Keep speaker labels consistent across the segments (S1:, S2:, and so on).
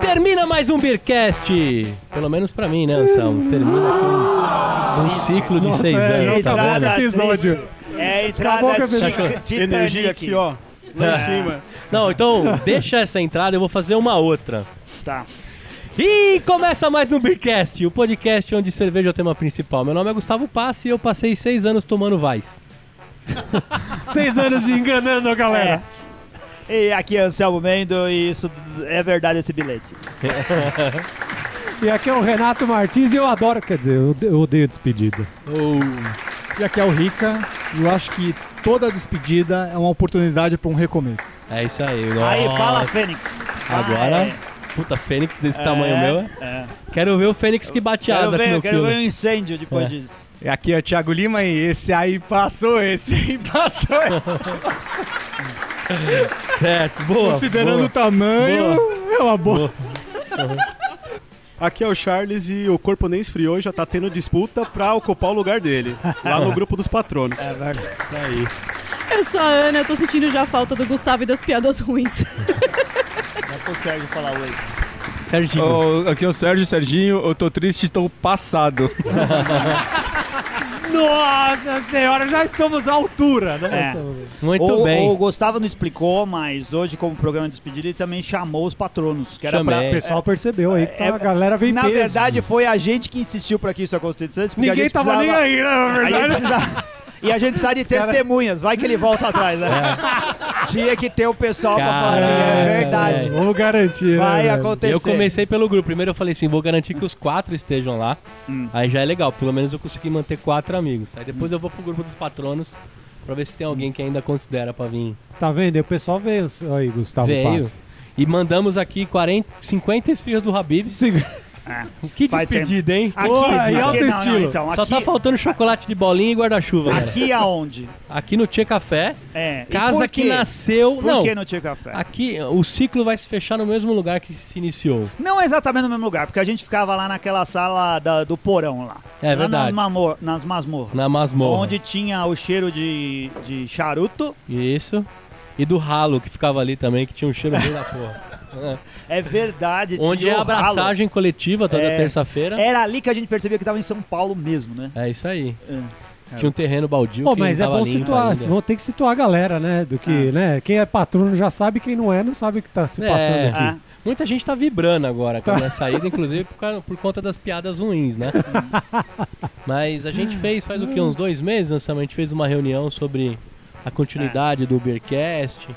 S1: Termina mais um Beercast. Pelo menos pra mim, né, Anselmo? Termina com um ciclo de seis anos,
S2: é
S1: tá
S2: entrada
S1: vendo?
S2: episódio.
S3: É a
S2: Acabou
S3: entrada
S2: com a
S3: de Titanic.
S4: Energia aqui, ó. Lá
S1: É.
S4: em cima.
S1: Não, então deixa essa entrada, eu vou fazer uma outra.
S3: Tá.
S1: E começa mais um Beercast, o podcast onde cerveja é o tema principal. Meu nome é Gustavo Passe e eu passei seis anos tomando Vais.
S2: Seis anos de enganando a
S1: É.
S2: galera.
S3: E aqui é Anselmo Mendo e isso é verdade esse bilhete.
S2: E aqui é o Renato Martins e eu adoro, quer dizer, eu ode- eu odeio despedida.
S5: E aqui é o Rica, e eu acho que toda despedida é uma oportunidade para um recomeço.
S1: É isso aí.
S3: Aí
S1: nossa.
S3: fala Fênix.
S1: Agora,
S3: Ah, é.
S1: puta, Fênix desse
S3: É,
S1: tamanho meu.
S3: é.
S1: Quero ver o Fênix que bate
S3: Quero
S1: asa aqui
S3: ver,
S1: no
S3: quero
S1: quilo.
S3: ver um incêndio depois disso.
S6: Aqui é o Thiago Lima e esse aí passou, esse aí passou, esse.
S1: Certo, boa.
S5: Considerando
S1: boa.
S5: o tamanho, é uma boa.
S4: Aqui é o Charles e o corpo nem esfriou e já tá tendo disputa pra ocupar o lugar dele. Lá no grupo dos patronos.
S1: É
S7: Eu sou É a Ana, eu tô sentindo já a falta do Gustavo e das piadas ruins.
S3: Não consegue falar oi.
S1: Serginho.
S6: aqui é o Sérgio Serginho, eu tô triste, estou passado.
S2: Nossa senhora, já estamos à altura, né?
S3: É.
S1: Muito
S3: O,
S1: bem.
S3: o Gustavo não explicou, mas hoje, como programa de despedida, ele também chamou os patronos. Que era
S1: Chamei.
S3: pra-
S2: é, O pessoal percebeu aí que tá-
S3: É,
S2: a galera vem
S3: Na
S2: peso.
S3: verdade, foi a gente que insistiu pra que isso acontecesse. porque a
S2: ninguém
S3: gente
S2: tava nem
S3: precisava-
S2: aí, né? Na
S3: a gente
S2: verdade,
S3: precisava- E a gente precisa de
S2: cara- É.
S3: testemunhas, vai que ele volta atrás, né? Tinha que ter o pessoal pra falar assim, é
S1: Cara,
S3: verdade.
S1: é.
S2: Vamos garantir, né,
S3: Vai
S2: velho?
S3: acontecer.
S1: Eu comecei pelo grupo. Primeiro eu falei assim, vou garantir que os quatro estejam lá.
S3: Hum.
S1: Aí já é legal, pelo menos eu consegui manter quatro amigos. Aí depois eu vou pro grupo dos patronos pra ver se tem alguém que ainda considera pra vir.
S2: Tá vendo? E O pessoal veio aí, Gustavo
S1: Veio.
S2: Passo.
S1: E mandamos aqui 40, 50 esfirras do Habib.
S3: Ah,
S1: Que
S3: faz
S1: despedida, hein?
S3: Aqui,
S1: Pô,
S2: aí
S3: aqui,
S2: alto
S3: não, não,
S2: estilo.
S3: então,
S1: Só
S3: aqui,
S1: tá faltando chocolate de bolinha e guarda-chuva, galera.
S3: aqui aonde?
S1: Aqui no Tchê Café,
S3: É. e
S1: casa
S3: por
S1: que
S3: quê?
S1: nasceu...
S3: Por
S1: não,
S3: que não tinha café?
S1: aqui o ciclo vai se fechar no mesmo lugar que se iniciou.
S3: Não exatamente no mesmo lugar, porque a gente ficava lá naquela sala da- do porão lá.
S1: É
S3: Lá
S1: verdade.
S3: Nas, mamor, nas masmorras.
S1: Na masmorra.
S3: Onde tinha o cheiro de, de charuto.
S1: Isso. E do ralo que ficava ali também, que tinha um cheiro bem da porra. É.
S3: É verdade.
S1: Onde é
S3: tinha
S1: a
S3: o ralo.
S1: abraçagem coletiva toda
S3: É.
S1: terça-feira. É.
S3: Era ali que a gente percebia que tava em São Paulo mesmo, né?
S1: isso aí.
S3: É.
S1: Tinha um terreno baldio
S2: Pô,
S1: que
S2: mas é
S1: tava
S2: bom
S1: limpo
S2: situar,
S1: ainda.
S2: vão ter que situar a galera, né? Do que,
S3: Ah.
S2: né? Quem é patrono já sabe, quem não é, não sabe o que tá se
S1: É.
S2: passando aqui.
S3: Ah,
S1: Muita gente tá vibrando agora com a minha saída, inclusive por, causa- por conta das piadas ruins, né? mas a gente fez faz o que? Uns dois meses, Anselmo? A gente fez uma reunião sobre a
S2: É.
S1: continuidade do Ubercast.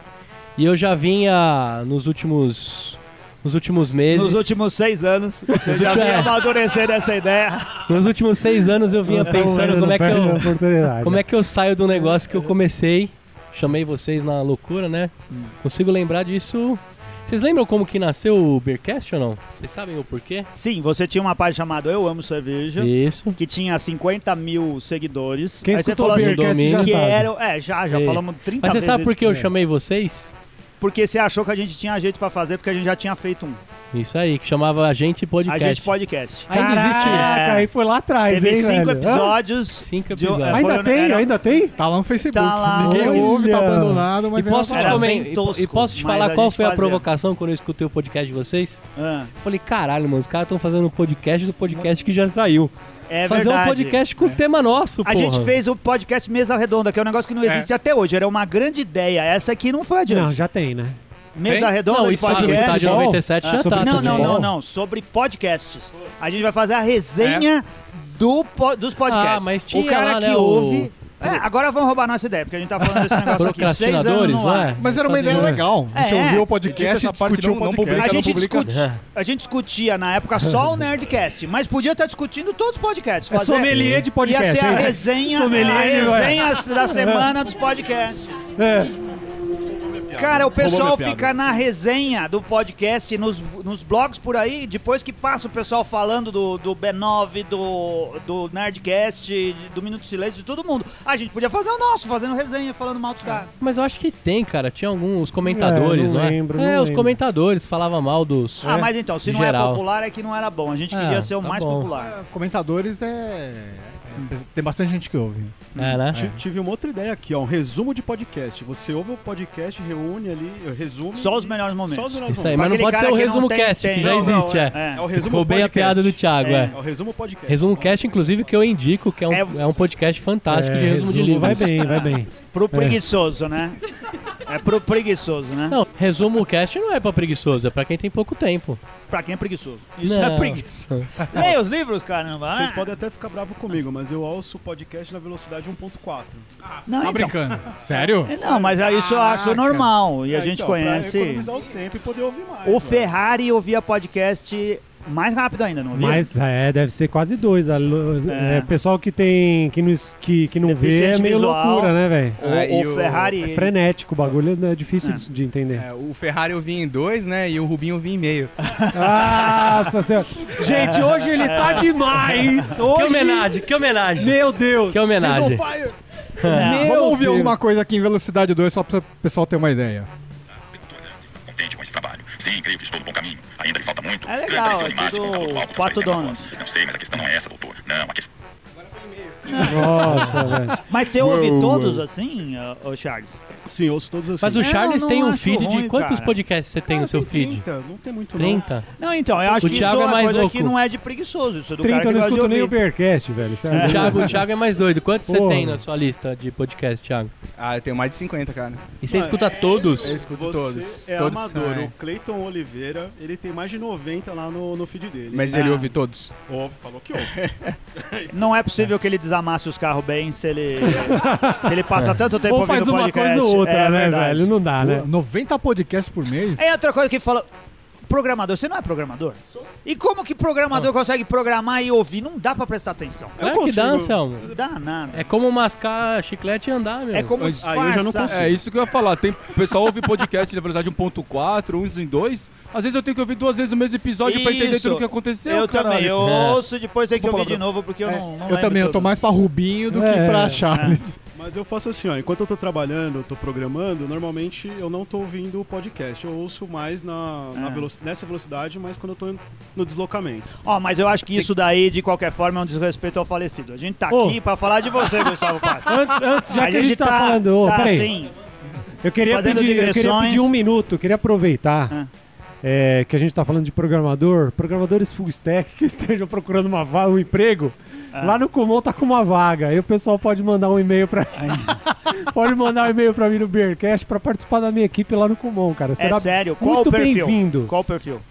S1: E eu já vinha nos últimos. Nos últimos meses.
S3: nos últimos seis anos, você já
S1: últimos-
S3: vinha
S1: é.
S3: amadurecendo essa ideia.
S1: Nos últimos seis anos eu vinha
S2: Nossa,
S1: pensando
S2: mano,
S1: como
S2: não
S1: é que
S2: perde a
S1: eu.
S2: oportunidade.
S1: Como é que eu saio do negócio que eu comecei? Chamei vocês na loucura, né?
S2: Hum.
S1: Consigo lembrar disso. Vocês lembram como que nasceu o Beercast ou não? Vocês sabem o porquê?
S3: Sim, você tinha uma página chamada Eu Amo Cerveja,
S1: Isso.
S3: que tinha 50 mil seguidores.
S2: Quem
S3: Aí você
S2: escutou o
S3: falou assim,
S2: Beercast já
S1: Domingos.
S3: que
S2: sabe.
S3: era... É, já, já
S1: Ei.
S3: falamos 30
S1: Mas você
S3: vezes
S1: sabe por
S3: isso.
S1: que eu chamei vocês?
S3: Porque você achou que a gente tinha jeito pra fazer, porque a gente já tinha feito um.
S1: Isso aí, que chamava a gente podcast.
S3: A gente podcast.
S1: Ainda existe.
S2: Caraca, aí foi lá atrás,
S3: Teve
S2: hein,
S3: cinco
S2: velho?
S3: episódios.
S1: Cinco
S3: de-
S1: episódios.
S2: Hã?
S3: é,
S2: Ainda
S3: foram-
S2: tem,
S3: era-
S2: ainda tem?
S5: Tá lá no Facebook.
S3: Tá lá.
S5: Ninguém
S2: Olha.
S5: ouve, tá abandonado,
S1: E
S5: mas ainda
S1: posso,
S5: tá
S1: te
S3: Era
S5: lá.
S3: bem
S1: comen- e po- e
S3: tosco,
S1: posso te
S3: mas
S1: falar
S3: a
S1: qual
S3: gente
S1: foi a
S3: fazia.
S1: provocação quando eu escutei o podcast de vocês?
S3: Ah,
S1: Eu falei, caralho, mano, os caras estão fazendo um podcast do podcast que já saiu.
S3: é
S1: Fazer
S3: verdade. É.
S1: um podcast com tema nosso,
S3: A
S1: porra.
S3: gente fez o podcast Mesa Redonda, que é um negócio que não existe até hoje. Era uma grande ideia. Essa aqui não foi
S2: Não,
S3: adiante.
S2: já tem, né?
S3: Mesa Redonda
S1: Não, o
S3: de
S1: estádio, o
S3: podcast.
S1: estádio
S2: Futebol?
S1: 97 já
S3: Ah,
S1: tá.
S3: não, não,
S2: futebol.
S3: não, não. Sobre podcasts. A gente vai fazer a resenha do po- dos podcasts.
S1: Ah, mas tinha
S3: o cara
S1: lá,
S3: que
S1: né, o-
S3: ouve. É, agora vão roubar nossa ideia, porque a gente tá falando desse negócio aqui. Seis anos
S1: Procrastinadores,
S3: no
S1: não
S3: ar.
S1: é?
S5: Mas era uma ideia legal. A gente
S3: É,
S5: ouviu o
S6: edita
S5: podcast e
S6: essa parte,
S5: discutiu o
S6: não- não
S5: podcast.
S3: A
S6: Publica,
S3: gente,
S6: não publica.
S3: discute- a gente discutia na época só o Nerdcast, mas podia estar discutindo todos os podcasts.
S2: É sommelier de podcast.
S3: Ia ser a
S2: hein?
S3: resenha, a
S2: Sommelier, vai.
S3: resenha da semana dos podcasts.
S2: É.
S3: Cara, o pessoal
S4: Roubou minha
S3: fica na resenha do podcast, nos, nos blogs por aí, depois que passa o pessoal falando do, do B9, do, do Nerdcast, do Minuto de Silêncio, de todo mundo. A gente podia fazer o nosso, fazendo resenha, falando mal dos caras.
S1: Mas eu acho que tem, cara. Tinha alguns comentadores,
S2: É, não
S1: não, é?
S2: lembro,
S1: é,
S2: não
S1: os
S2: lembro.
S1: comentadores falavam mal dos.
S3: Ah, mas então, se
S1: Em
S3: não é
S1: geral.
S3: popular, é que não era bom. A gente
S1: Ah,
S3: queria ser o
S1: tá
S3: mais
S1: bom.
S3: popular.
S5: Comentadores é... é Tem bastante gente que ouve.
S1: É, né?
S4: Ti- Tive uma outra ideia aqui, ó. Um resumo de podcast. Você ouve o podcast, reúne ali, resume.
S3: Só os melhores momentos.
S4: Só os melhores
S1: Isso aí,
S4: momentos.
S1: mas
S3: então.
S1: não
S3: Aquele
S1: pode ser
S3: cara
S1: o
S3: que não
S1: resumo
S3: tem-
S1: cast,
S3: tem-
S1: que já
S3: Não, não,
S1: existe, é.
S4: É o resumo
S1: Roubei a
S4: podcast.
S1: piada do Thiago,
S3: É.
S1: é.
S4: É o resumo podcast.
S1: Resumo Cast, inclusive, que eu indico, que é um,
S3: É-
S1: é um podcast fantástico
S2: É,
S1: de resumo, de livros.
S2: Vai bem, vai bem.
S3: Pro preguiçoso, né? É pro preguiçoso, né?
S1: Não, resumo cast não é pra preguiçoso, é pra quem tem pouco tempo.
S3: Pra quem é preguiçoso. Isso
S1: Não.
S3: é preguiça. Leia os livros, caramba.
S4: Vocês
S3: né?
S4: podem até ficar bravo comigo, mas eu ouço o podcast na velocidade 1.4.
S3: Não, então-
S5: Tá
S3: É,
S5: brincando? Sério?
S3: Não, mas aí isso eu acho
S5: Caraca.
S3: normal. E a
S4: É,
S3: gente
S4: então,
S3: conhece.
S4: Pra economizar o tempo e poder ouvir mais.
S3: O
S4: né?
S3: Ferrari ouvia podcast mais rápido ainda, não ouvia?
S2: Mas é, deve ser quase dois. a lo-
S3: É.
S2: é, pessoal que tem. que não, es- que, que não vê é
S3: Deficiente
S2: meio
S3: visual.
S2: loucura, né, velho?
S3: O,
S6: Ah, e
S3: o
S6: o-
S3: Ferrari.
S2: É frenético o bagulho, né, é difícil
S3: É.
S2: de- de entender.
S6: É, o Ferrari eu vim em dois, né? E o Rubinho eu vim em meio.
S1: Ah,
S2: Nossa senhora.
S3: É.
S2: Gente, hoje ele tá demais. Hoje...
S1: Que homenagem, que homenagem.
S2: Meu Deus.
S1: Que homenagem.
S3: Não,
S5: É. Vamos ouvir
S2: Deus.
S5: alguma coisa aqui em velocidade 2 só pra o pessoal ter uma ideia.
S8: contente com esse trabalho. Sim, creio que estou no bom caminho. Ainda lhe falta muito.
S3: É legal,
S8: Grande pressão
S3: é
S8: em massa
S3: tudo
S8: contra todo o álcool
S3: quatro
S8: transparecendo na
S3: donos.
S8: voz. Não sei, mas a questão não é essa, doutor. Não, a questão... assim.
S2: Nossa, velho.
S3: Mas você ouve todos assim, ô- ô Charles?
S4: Sim, eu ouço todos assim.
S1: Mas o
S3: É,
S1: Charles
S3: não,
S1: tem
S3: não
S1: um
S3: acho
S1: feed de
S3: ruim,
S1: quantos
S3: cara.
S1: podcasts você tem no seu feed?
S4: 30, não tem muito
S1: 30?
S3: Não, então, eu acho
S1: O
S3: que
S1: Thiago
S3: isso é
S1: é
S3: uma
S1: mais
S3: coisa
S1: louco.
S3: que não é de preguiçoso. Isso é do
S2: 30
S3: cara
S2: eu
S3: que
S2: não
S3: gosta de
S2: escuto nem o
S3: ouvir.
S2: Bearcast, velho. isso é-
S1: O Thiago, o Thiago é mais doido. Quantos você
S2: Porra.
S1: tem na sua lista de podcast, Thiago?
S6: Ah, eu tenho mais de 50, cara.
S1: E você
S4: É,
S3: É,
S1: escuta todos?
S6: Eu escuto
S4: Você
S6: todos.
S4: é
S6: todos que
S4: amador.
S6: saem.
S4: O Cleiton Oliveira, ele tem mais de 90 lá no, no feed dele.
S3: Ah.
S6: Mas ele ouve todos.
S4: Ouve, falou que ouve.
S3: Não é possível que ele desamasse os carros bem se ele, se ele
S5: É.
S3: passa tanto tempo
S2: Ou
S3: ouvindo
S2: faz uma
S3: podcast.
S2: coisa ou outra,
S3: É
S2: né,
S3: verdade.
S2: velho? Não dá, né?
S5: Pô, 90 podcasts por mês?
S3: É outra coisa que fala. Programador, você não é programador? E como que programador consegue programar e ouvir? Não dá pra prestar atenção.
S1: Claro que dá, Anselmo.
S3: Não dá nada.
S1: É como mascar chiclete e andar, meu.
S3: É como
S9: Mas-
S4: Ah, eu já não
S3: disfarçar.
S4: consigo.
S9: É isso que eu ia falar. Tem o pessoal ouve podcast de velocidade 1.4, uns em dois. Às vezes eu tenho que ouvir duas vezes o mesmo episódio pra entender
S3: Isso.
S9: tudo o que aconteceu.
S3: Eu
S9: caralho. É.
S3: também, eu
S1: É.
S3: ouço, depois tem que
S9: Opa,
S3: ouvir de
S9: palavrão.
S3: novo, porque eu não, não
S5: eu
S3: lembro
S5: também, eu tô
S3: tudo.
S5: mais pra Rubinho do que
S2: É.
S5: pra Charles.
S4: Mas eu faço assim, ó, enquanto eu tô trabalhando, eu tô programando, normalmente eu não tô ouvindo o podcast. Eu ouço mais na, na
S3: Ah.
S4: veloci- nessa velocidade, mas quando eu tô no deslocamento.
S3: Ó, mas eu acho que isso daí, de qualquer forma, é um desrespeito ao falecido. A gente tá
S2: Ô.
S3: aqui pra falar de você, Gustavo Paz.
S2: Antes, antes, já que a gente tá, falando, ô,
S3: tá
S2: peraí.
S3: assim,
S2: Eu queria,
S3: Fazendo
S2: pedir, eu queria
S3: digressões.
S2: pedir um minuto, eu queria aproveitar
S3: Ah.
S2: é, que a gente está falando de programador, programadores full stack que estejam procurando uma va- um emprego.
S3: Ah.
S2: Lá no Kumon tá com uma vaga. Aí o pessoal pode mandar um e-mail para Pode mandar um e-mail para mim no Beercast para participar da minha equipe lá no Kumon, cara.
S3: é
S2: Será
S3: sério, qual
S2: muito
S3: o perfil?
S2: bem-vindo.
S3: Qual o perfil?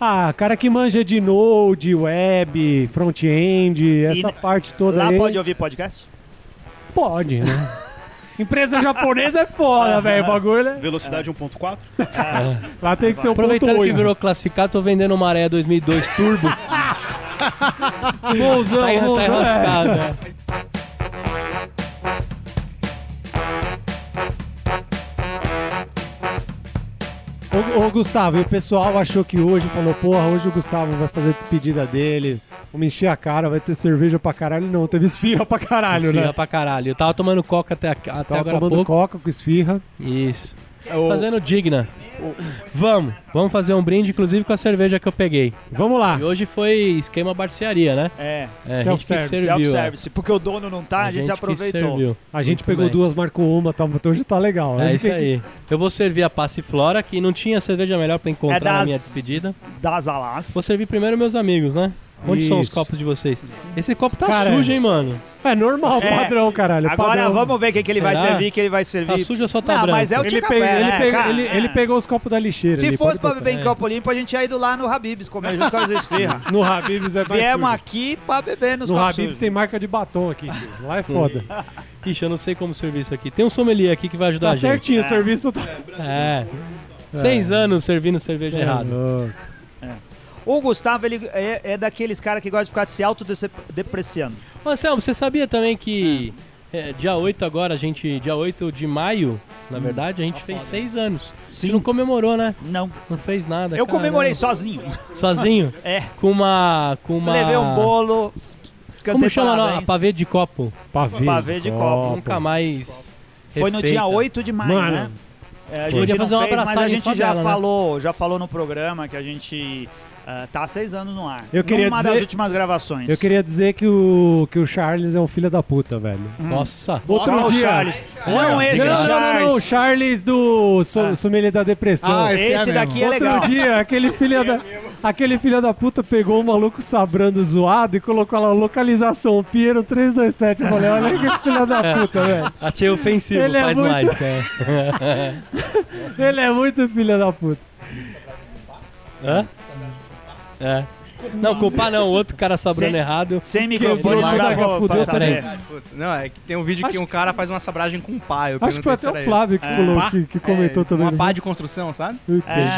S2: Ah, cara que manja de Node, web, front-end, essa
S3: E
S2: parte toda
S3: Lá
S2: aí.
S3: pode ouvir podcast?
S2: Pode, né? Empresa japonesa é foda, velho. O bagulho né?
S4: Velocidade 1.4?
S3: É.
S2: Lá tem que ser um
S1: Aproveitando
S2: ponto
S1: que
S2: oito.
S1: virou classificado, tô vendendo uma Maré 2002 Turbo.
S2: Bolsão,
S1: tá, enra- tá
S2: bolsão, é.
S1: enrascado. é.
S2: Ô, ô, Gustavo, e o pessoal achou que hoje, falou, porra, hoje o Gustavo vai fazer a despedida dele, vamos encher a cara, vai ter cerveja pra caralho. Não, teve esfirra pra caralho,
S1: Esfirra
S2: né?
S1: pra caralho. Eu tava tomando coca até, aqui- até
S2: Tava
S1: agora há
S2: tomando
S1: pouco.
S2: coca É com esfirra.
S1: Isso.
S6: O-
S1: Fazendo digna. Vamos. Vamos fazer um brinde, inclusive, com a cerveja que eu peguei.
S2: Vamos lá.
S1: E hoje foi esquema barcearia, né?
S3: É,
S1: É, a gente que
S2: Self-service.
S1: serviu. é.
S3: self-service. Porque o dono não tá, a, gente,
S1: que
S3: aproveitou.
S1: serviu.
S2: A gente
S1: Muito
S2: pegou
S1: bem.
S2: duas, marcou uma, tá, então hoje tá legal.
S1: É
S2: Hoje
S1: isso
S2: tem que-
S1: aí. Eu vou servir a Passiflora, que não tinha cerveja melhor pra encontrar
S3: É das-
S1: na minha despedida.
S3: Das alas.
S1: Vou servir primeiro meus amigos, né? Onde são os
S2: Isso.
S1: copos de vocês? Esse copo tá
S2: Cara,
S1: sujo, hein, mano?
S2: É normal,
S3: É.
S2: padrão, caralho.
S3: Agora
S2: padrão.
S3: vamos ver o que, que ele vai
S1: Será?
S3: servir, que ele vai
S1: Tá
S3: servir.
S1: sujo ou só tá
S3: não,
S1: branco?
S3: mas é o
S2: Ele,
S3: de
S2: pe-
S3: café,
S2: ele,
S3: né,
S2: pe-
S3: cara?
S2: ele-
S3: É.
S2: ele pegou os copos da lixeira.
S3: Se
S2: ali,
S3: fosse
S2: pode
S3: pra
S2: botar.
S3: beber em copo limpo, a gente ia ido lá no Habibs comer junto com as esfirras.
S2: No Habibs é mais
S3: Viemos
S2: sujo.
S3: aqui pra beber nos
S2: No
S3: copos
S2: Habibs
S3: sujos.
S2: tem marca de batom aqui. tio. Lá é foda.
S1: Ixi, eu não sei como servir isso aqui. Tem um sommelier aqui que vai ajudar
S2: Tá
S1: a gente.
S2: certinho, o serviço tá... É.
S1: É. Seis anos servindo cerveja errada.
S2: errado.
S3: O Gustavo, ele é, é daqueles caras que gosta de ficar se autodepreciando.
S1: Ô, Anselmo, você sabia também que é, dia 8 agora, a gente. Dia 8 de maio,
S3: Hum.
S1: na verdade, a gente fez seis anos. A gente não comemorou, né?
S3: Tá Não.
S1: Não fez nada.
S3: Eu
S1: caramba.
S3: comemorei sozinho.
S1: Sozinho?
S3: É.
S1: Com uma. Com uma.
S3: Levei um bolo. Cantei
S1: Como chama lá?
S3: parabéns.
S1: Pavê de copo.
S2: Pavê.
S3: Pavê de copo.
S1: Nunca mais.
S3: Foi no dia
S1: refeita.
S3: 8 de maio,
S2: Mano,
S3: né? É, a
S1: Podia
S3: gente não
S1: fazer uma
S3: fez, mas a
S1: abraçagem
S3: gente
S1: só
S3: já
S1: dela, né?
S3: falou, já falou no programa que a gente Ah, tá há seis anos no ar.
S2: Eu queria
S3: Numa das
S2: dizer-
S3: últimas gravações.
S2: Eu queria dizer que o, que o Charles é um filho da puta, velho.
S1: Nossa.
S2: Outro
S3: Olha o
S2: dia.
S3: Hum. Charles. Não é um esse
S2: Não, não, não,
S3: Charles.
S2: não, o Charles do so,
S3: Ah.
S2: Sommelier da Depressão.
S5: Ah, esse
S3: Esse,
S5: é mesmo.
S3: daqui é
S2: Outro
S3: legal. é
S2: dia, aquele filho da. Aquele filho da puta pegou o maluco sabrando zoado e colocou lá localização Piero 327. Eu falei, olha que filho da puta, velho.
S1: É. Achei ofensivo,
S2: Ele é
S1: faz
S2: muito-
S1: mais. É.
S2: Ele é muito filho da puta.
S1: Hã? É. Não, culpar não, outro cara sabrando
S3: Sem-
S1: Tá errado.
S3: Sem microfone
S1: virou
S3: não dá
S1: toda
S3: pra, pra
S2: fudeu,
S3: saber.
S6: Putz, não, é que tem um vídeo que um cara faz uma sabragem com um pá. Eu
S2: Acho que foi até
S6: perguntei
S2: o
S6: se era
S2: Flávio que, colocou- que, que
S6: ele.
S2: comentou
S6: É,
S2: também. né? É,
S6: Uma pá de construção, sabe?
S2: Puta.
S3: É,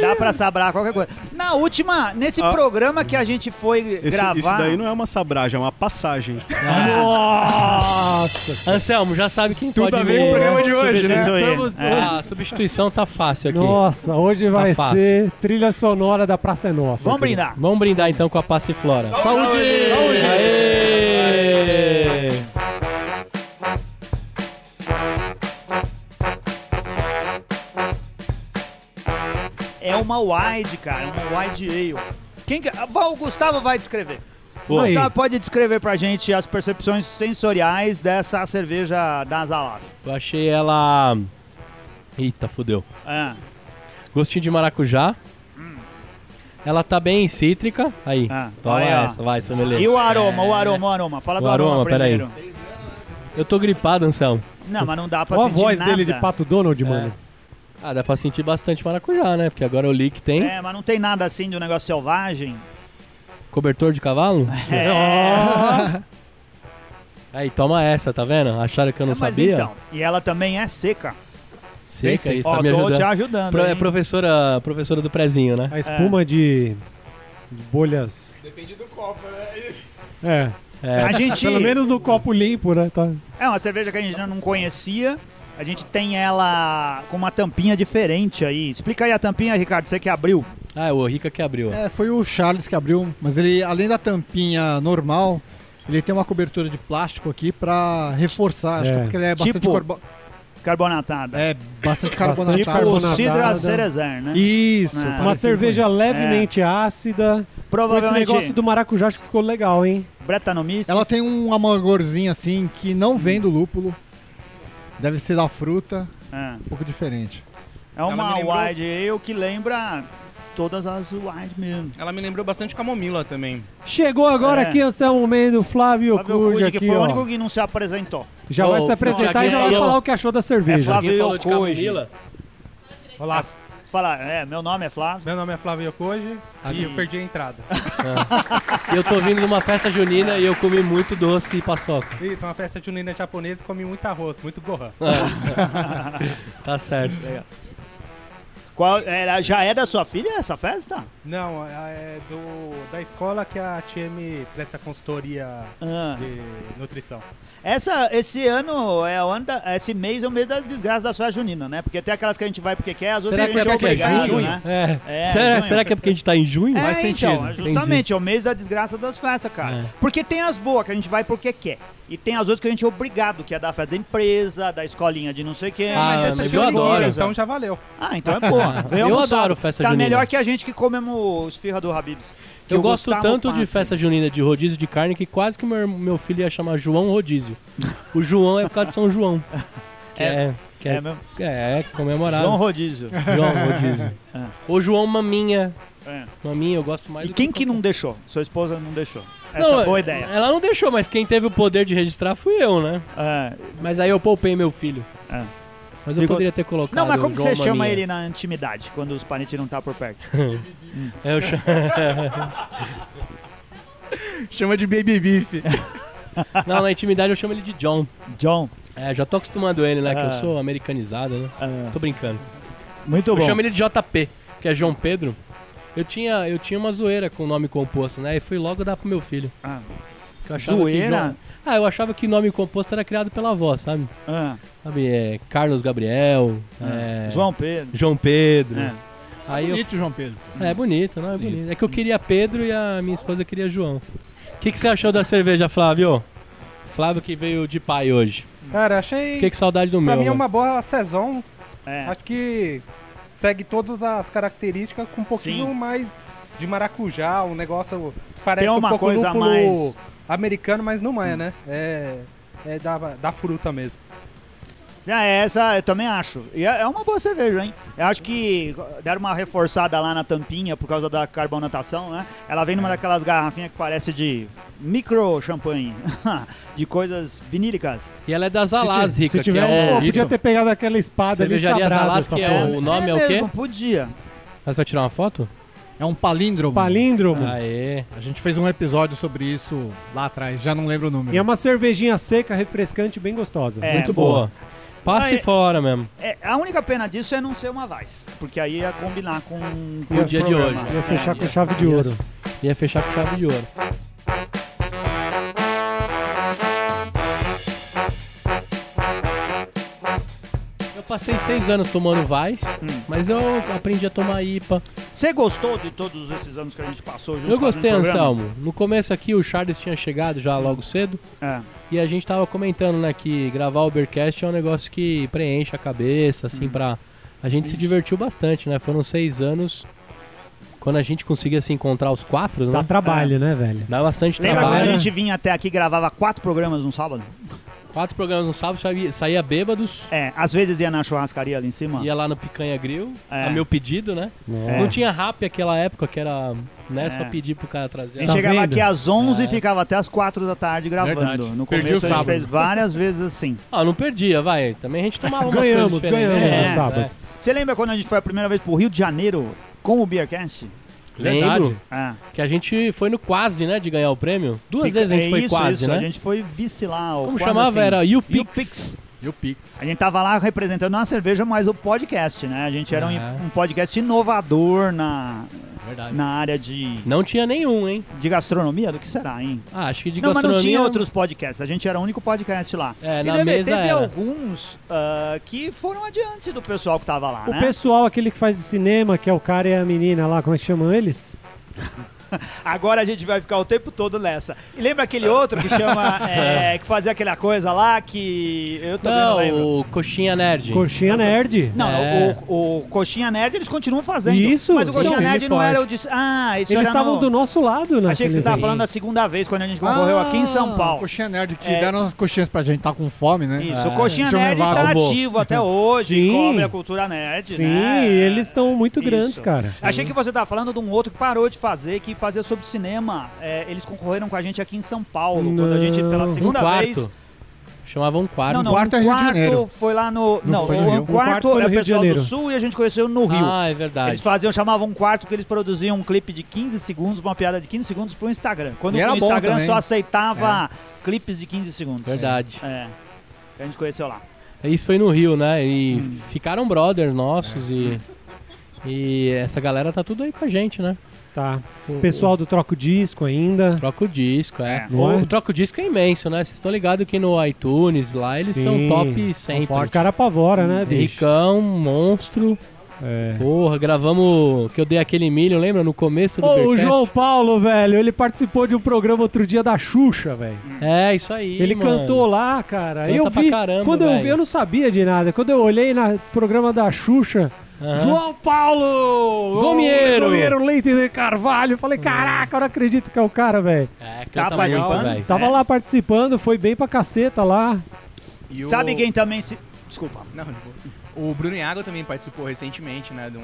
S3: dá pra sabrar qualquer coisa. Na última, nesse
S4: Ah.
S3: programa que a gente foi
S4: Esse,
S3: gravar.
S4: isso daí não é uma sabragem, é uma passagem.
S2: Nossa!
S1: Anselmo, já sabe quem
S6: Tudo a
S1: pode
S6: ver com
S1: me-
S6: o programa de hoje, né?
S4: Então,
S3: Substitui ele.
S2: Estamos-
S3: É.
S1: A substituição tá fácil aqui.
S2: Nossa, hoje vai
S1: fácil.
S2: ser trilha sonora da Praça é Nossa.
S3: tá Vamos
S2: Aqui.
S3: brindar.
S1: Vamos brindar então com a Passiflora.
S5: Saúde!
S1: Aê!
S3: É uma wide, cara. é Uma wide ale. Quem que... ah, vai- O Gustavo vai descrever. O
S2: Aí.
S1: Tá,
S3: Gustavo pode descrever pra gente as percepções sensoriais dessa cerveja das alas.
S1: Eu achei ela. Eita, fodeu.
S3: É.
S1: Gostinho de maracujá. Ela tá bem cítrica. Aí,
S3: Ah,
S1: toma
S3: olha.
S1: essa, vai, sommelier.
S3: E o aroma, o aroma, o aroma. Fala
S1: O
S3: do aroma,
S1: aroma, peraí.
S3: primeiro.
S1: Eu tô gripado, Anselmo.
S3: Não, mas não dá pra
S2: Olha a
S3: sentir
S2: voz
S3: nada.
S2: dele de Pato Donald,
S1: É.
S2: mano.
S1: Ah, dá pra sentir bastante maracujá, né? Porque agora eu li que tem.
S3: É, mas não tem nada assim de um negócio selvagem.
S1: Cobertor de cavalo?
S3: É,
S1: Aí, toma essa, tá vendo? Acharam que eu não
S3: mas
S1: sabia?
S3: então. E ela também é seca.
S1: Seca aí,
S3: Ó,
S1: tá me
S3: tô te
S1: ajudando.
S3: ajudando.
S1: Pro- é
S3: hein? É.
S1: professora, professora do prezinho, né?
S2: A espuma de... de bolhas.
S6: Depende do copo, né?
S2: É.
S3: A gente.
S2: Pelo menos no copo limpo, né? Tá.
S3: É uma cerveja que a gente não conhecia. A gente tem ela com uma tampinha diferente aí. Explica aí a tampinha, Ricardo, você que abriu.
S1: Ah, é o Rica que abriu. ó.
S5: É, foi o Charles que abriu, mas ele, além da tampinha normal, ele tem uma cobertura de plástico aqui pra reforçar. Acho
S2: É.
S5: que porque ele é bastante,
S3: Tipo-
S5: carbo-
S3: Carbonatada.
S5: é, bastante carbonatado.
S2: carbonatado.
S3: Cidra
S2: nada.
S3: Cerezer, né?
S5: Isso,
S3: É. Uma
S2: né? Uma
S5: parecido
S2: cerveja
S5: com isso.
S3: É.
S2: levemente ácida. Com esse
S3: Provavelmente
S2: negócio do maracujá, acho que ficou legal, hein?
S3: Bretanomyces.
S5: Ela tem um amargorzinho assim que
S3: Hum.
S5: não vem do lúpulo. Deve ser da fruta,
S3: É,
S5: um pouco diferente.
S3: É uma
S6: me lembrou-
S3: wide ale que lembra todas as wide mesmo.
S6: Ela me lembrou bastante camomila também.
S2: Chegou agora
S3: É.
S2: aqui, Anselmo Mendo, Flávio
S3: Flávio Cude,
S2: Cude
S3: que
S2: aqui,
S3: foi o
S2: ó.
S3: único que não se apresentou.
S2: Já vai
S1: Ô,
S2: se apresentar
S1: Flávio,
S2: e já vai
S1: quem falou?
S2: falar o que achou da
S3: É
S2: cerveja.
S3: Flávio Yokoji.
S1: camomila?
S6: Olá,
S3: Fala, é, meu nome é Flávio.
S6: meu nome é Flávio Yokoji e eu perdi a entrada.
S1: É. Eu tô vindo numa festa junina e eu comi muito doce e paçoca.
S6: Isso, é uma festa junina japonesa e comi muito arroz, muito gohan.
S1: Tá certo.
S3: Qual, ela já é da sua filha essa festa?
S10: Não, é do, da escola que a TM presta consultoria
S3: Ah.
S10: de nutrição.
S3: Essa, esse ano é o ano da, esse mês é o mês das desgraças da sua junina, né? Porque tem aquelas que a gente vai porque quer, as outras a
S1: Será que é
S3: gente é
S1: porque é
S3: obrigado,
S1: junho?
S3: né?
S1: É.
S3: É,
S1: será,
S3: junho.
S1: será que é porque a gente tá em junho?
S3: É, então,
S1: Entendi.
S3: justamente, é o mês da desgraça das festas, cara.
S1: É.
S3: Porque tem as boas que a gente vai porque quer. E tem as outras que a gente é obrigado, que é da festa da empresa, da escolinha de não sei quem.
S1: Ah, mas eu
S3: junina,
S1: adoro.
S10: Então já valeu.
S3: Ah, então é boa. Vem
S1: Eu
S3: almoçar.
S1: adoro festa
S3: Tá
S1: junina.
S3: melhor que a gente que comemos esfirra do Habibs. que
S1: Eu
S3: o
S1: gosto
S3: Gustavo
S1: tanto de
S3: passa.
S1: festa junina de rodízio de carne que quase que meu, meu filho ia chamar João Rodízio. O João é por causa de São João. Que é, que
S3: É
S1: é,
S3: mesmo?
S1: é, é comemorado.
S3: João
S1: João,
S3: Rodízio.
S1: Rodízio.
S3: É.
S1: Ou João Maminha.
S3: É.
S1: Maminha, eu gosto mais
S3: E
S1: do
S3: quem
S1: qualquer-
S3: que não deixou? Sua esposa não deixou. Essa
S1: Não,
S3: é boa ideia.
S1: Ela não deixou, mas quem teve o poder de registrar fui eu, né?
S3: É,
S1: Mas aí eu poupei meu filho.
S3: É.
S1: Mas eu
S3: Ficou-
S1: poderia ter colocado.
S3: Não, mas como que você
S1: João
S3: chama
S1: Maminha.
S3: ele na intimidade, quando os parentes não tá por perto?
S1: É, Eu chamo.
S6: Chama de baby beef.
S2: É.
S1: Não, na intimidade eu chamo ele de John.
S3: John.
S1: É, já tô acostumando ele, né? Que
S3: Ah.
S1: eu sou americanizado, né?
S3: ah,
S1: Tô brincando.
S3: muito
S1: Eu
S3: bom.
S1: chamo ele de JP, que é João Pedro. Eu tinha, eu tinha uma zoeira com o nome composto, né? E fui logo dar pro meu filho.
S3: Ah.
S1: Que eu achava que
S3: Zoeira?
S1: João- Ah, eu achava que nome composto era criado pela avó, sabe?
S3: Ah,
S1: Sabe, é Carlos Gabriel,
S3: ah.
S1: é,
S3: João Pedro.
S1: João Pedro.
S3: É.
S1: Aí eu
S5: Bonito, João Pedro.
S1: É bonito, não é bonito. É que eu queria Pedro e a minha esposa queria João. O que, que você achou da cerveja, Flávio? Flávio que veio de pai hoje.
S10: Cara, achei.
S1: Fiquei com saudade do
S10: pra
S1: meu. né?
S10: mim é
S1: mano.
S10: uma boa saison.
S3: É.
S10: Acho que segue todas as características com um pouquinho
S3: Sim.
S10: mais de maracujá, um negócio parece
S3: Tem uma
S10: um pouco
S3: coisa a
S10: lúpulo
S3: mais. Hum.
S10: americano, mas não é, né? É, é da, da fruta mesmo.
S3: Ah, é, essa eu também acho. E é é uma boa cerveja, hein? Eu acho que deram uma reforçada lá na tampinha por causa da carbonatação, né? Ela vem
S1: É.
S3: numa daquelas garrafinhas que parece de micro champanhe, de coisas vinílicas.
S1: E ela é da Zalaz,
S2: se, ti-
S1: Rica,
S2: se tiver,
S1: que é
S2: pô,
S1: o-
S2: podia ter pegado aquela espada ali
S1: Cervejaria
S2: sabrada,
S1: Zalaz,
S2: essa
S1: que é
S2: porra.
S1: o nome é, o quê?
S3: mesmo, Podia.
S1: Mas vai tirar uma foto? Ah, é.
S5: É um palíndromo.
S2: Palíndromo.
S1: Aê.
S5: A gente fez um episódio sobre isso lá atrás, já não lembro o número.
S2: E é uma cervejinha seca, refrescante, bem gostosa.
S3: É.
S1: Muito boa. Passe
S3: Aí-
S1: fora mesmo.
S3: É, a única pena disso é não ser uma Vaz, porque aí ia combinar com, com
S1: o dia de
S3: programa.
S1: hoje.
S2: Ia fechar
S1: É,
S2: com chave de ouro.
S1: Ia fechar com chave de ouro. Eu passei seis anos tomando Vaz, mas eu aprendi a tomar IPA.
S3: Você gostou Hum, de todos esses anos que a gente passou junto
S1: Eu gostei,
S3: fazendo programa?
S1: Anselmo. No começo aqui, o Charles tinha chegado já logo cedo.
S3: É.
S1: E a gente tava comentando, né, que gravar o Ubercast é um negócio que preenche a cabeça, assim, pra. A gente se divertiu bastante, né? Foram seis anos. Quando a gente conseguia se encontrar os quatro,
S2: Dá
S1: né?
S2: trabalho, né, velho?
S1: Dá bastante
S3: Lembra quando
S1: trabalho.
S3: a gente vinha até aqui e gravava quatro programas num sábado?
S1: Quatro programas no sábado, saía, saía bêbados,
S3: É, às vezes ia na churrascaria ali em cima.
S1: ia lá no Picanha Grill,
S3: É.
S1: a meu pedido, né?
S3: É.
S1: Não tinha rap naquela época, que era, né, só
S3: É.
S1: pedir pro cara
S3: A
S1: trazer.
S3: gente
S2: Tá
S3: chegava
S2: vendo?
S3: aqui às 11 e
S1: É.
S3: ficava até às 4 da tarde gravando.
S4: Verdade.
S3: No começo
S1: Perdi o
S3: a gente
S1: sábado.
S3: fez várias vezes assim.
S1: Ah, não perdia, vai. Também a gente tomava umas
S2: Ganhamos,
S1: coisas diferentes,
S2: ganhamos
S1: né?
S3: no
S2: sábado.
S3: Você lembra quando a gente foi a primeira vez pro Rio de Janeiro com o Beercast?
S1: Lembro
S3: Ah,
S1: que a gente foi no quase, né, de ganhar o prêmio. Duas
S3: fica-
S1: vezes a gente
S3: é
S1: foi
S3: isso,
S1: quase,
S3: isso,
S1: né?
S3: A gente foi vice lá. ou
S1: Como
S3: quase
S1: chamava?
S3: assim.
S1: Era YouPix.
S3: YouPix.
S9: E o Pix.
S3: A gente tava lá representando não a cerveja, mas o podcast, né? A gente era
S1: Ah.
S3: um, um podcast inovador na,
S1: Verdade.
S3: na área de,
S1: Não tinha nenhum, hein?
S3: de gastronomia. Do que será, hein?
S1: Ah, acho que de
S3: não, mas
S1: gastronomia...
S3: não tinha outros podcasts. A gente era o único podcast lá.
S1: É,
S3: e
S1: na
S3: teve,
S1: mesa
S3: teve
S1: era.
S3: alguns ah, que foram adiante do pessoal que tava lá,
S2: O
S3: né?
S2: pessoal, aquele que faz de cinema, que é o cara e a menina lá, como é que chamam eles?
S3: Agora a gente vai ficar o tempo todo nessa. E lembra aquele outro que chama. é, que fazia aquela coisa lá que. Eu também não, lembro.
S1: Não, o Coxinha Nerd.
S2: Coxinha Nerd.
S3: Não,
S1: É.
S3: o, o Coxinha Nerd eles continuam fazendo.
S2: Isso,
S3: Mas o Coxinha
S1: sim, ele
S3: Nerd não
S1: faz.
S3: era o de. Ah, isso
S2: Eles
S3: era
S2: estavam
S3: no...
S2: do nosso lado, né? Ah,
S3: Achei que você
S5: tá
S3: tava falando
S5: assim,
S3: da segunda vez quando a gente concorreu aqui em São Paulo.
S5: Coxinha Nerd, que
S3: É.
S5: deram as coxinhas pra gente, tá com fome, né?
S3: Isso, o
S1: Ah.
S3: Coxinha
S5: Deixa eu
S3: Nerd
S5: levar,
S3: tá
S1: roubou.
S3: ativo até hoje,
S2: É. Sim.
S3: cobre a cultura nerd,
S2: Sim,
S3: né?
S2: eles estão muito
S3: Isso.
S2: grandes, cara.
S3: Achei que você tava falando de um outro que parou de fazer, que fazia sobre cinema. É, eles concorreram com a gente aqui em São Paulo, quando a gente, pela
S2: Não.
S1: Um
S3: segunda
S1: quarto.
S3: vez.
S1: Chamava um quarto.
S3: Não, não,
S5: Um quarto é Rio de Janeiro.
S3: foi lá no. Não,
S5: foi no
S3: o
S5: Rio.
S3: um
S5: Um
S2: quarto
S3: quarto
S2: foi no
S3: é o
S2: Rio de
S3: pessoal do
S2: Janeiro.
S3: Sul e a gente conheceu no Rio.
S1: Ah, é verdade.
S3: Eles faziam, chamavam um quarto porque eles produziam um clipe de 15 segundos, uma piada de 15 segundos pro Instagram. Quando
S5: E era
S3: o
S5: bom
S3: Instagram
S5: também.
S3: só aceitava clipes de 15 segundos.
S1: Verdade.
S3: É. Que a gente conheceu lá.
S1: Isso foi no Rio, né? E ficaram brothers nossos e... E essa galera tá tudo aí com a gente, né?
S2: Tá.
S1: O-
S2: Pessoal do Troco Disco ainda.
S1: Troca o disco, é.
S3: É.
S1: O,
S2: Não é?
S1: o Troca o disco é imenso, né? Vocês estão ligados que no iTunes lá eles
S2: Sim.
S1: são top
S2: São
S1: 100.
S2: fortes. Os caras apavoram, né, bicho?
S1: Ricão, monstro.
S2: É.
S1: Porra, gravamos que eu dei aquele milho, lembra? No começo do
S2: Ô, o
S1: Beercast?
S2: João Paulo, velho, ele participou de um programa outro dia da Xuxa, velho.
S3: Hum.
S1: É, isso aí.
S2: Ele
S1: mano.
S2: cantou lá, cara.
S1: Canta
S2: Tá, eu
S1: pra
S2: vi.
S1: caramba,
S2: quando eu vi,
S1: velho.
S2: eu não sabia de nada. Quando eu olhei no programa da Xuxa,
S1: Aham.
S2: João Paulo!
S1: Gomiero!
S2: Ô, Gomiero Leite de Carvalho. Eu Falei, caraca, eu não acredito que é o cara, velho.
S1: É,
S3: Tá
S1: canta muito,
S3: participando?
S1: velho.
S2: Tava
S3: É.
S2: lá participando, foi bem pra caceta lá.
S6: E o-
S3: Sabe quem também se. Desculpa.
S6: Não, de boa. o Bruno Iago também participou recentemente, né, de um,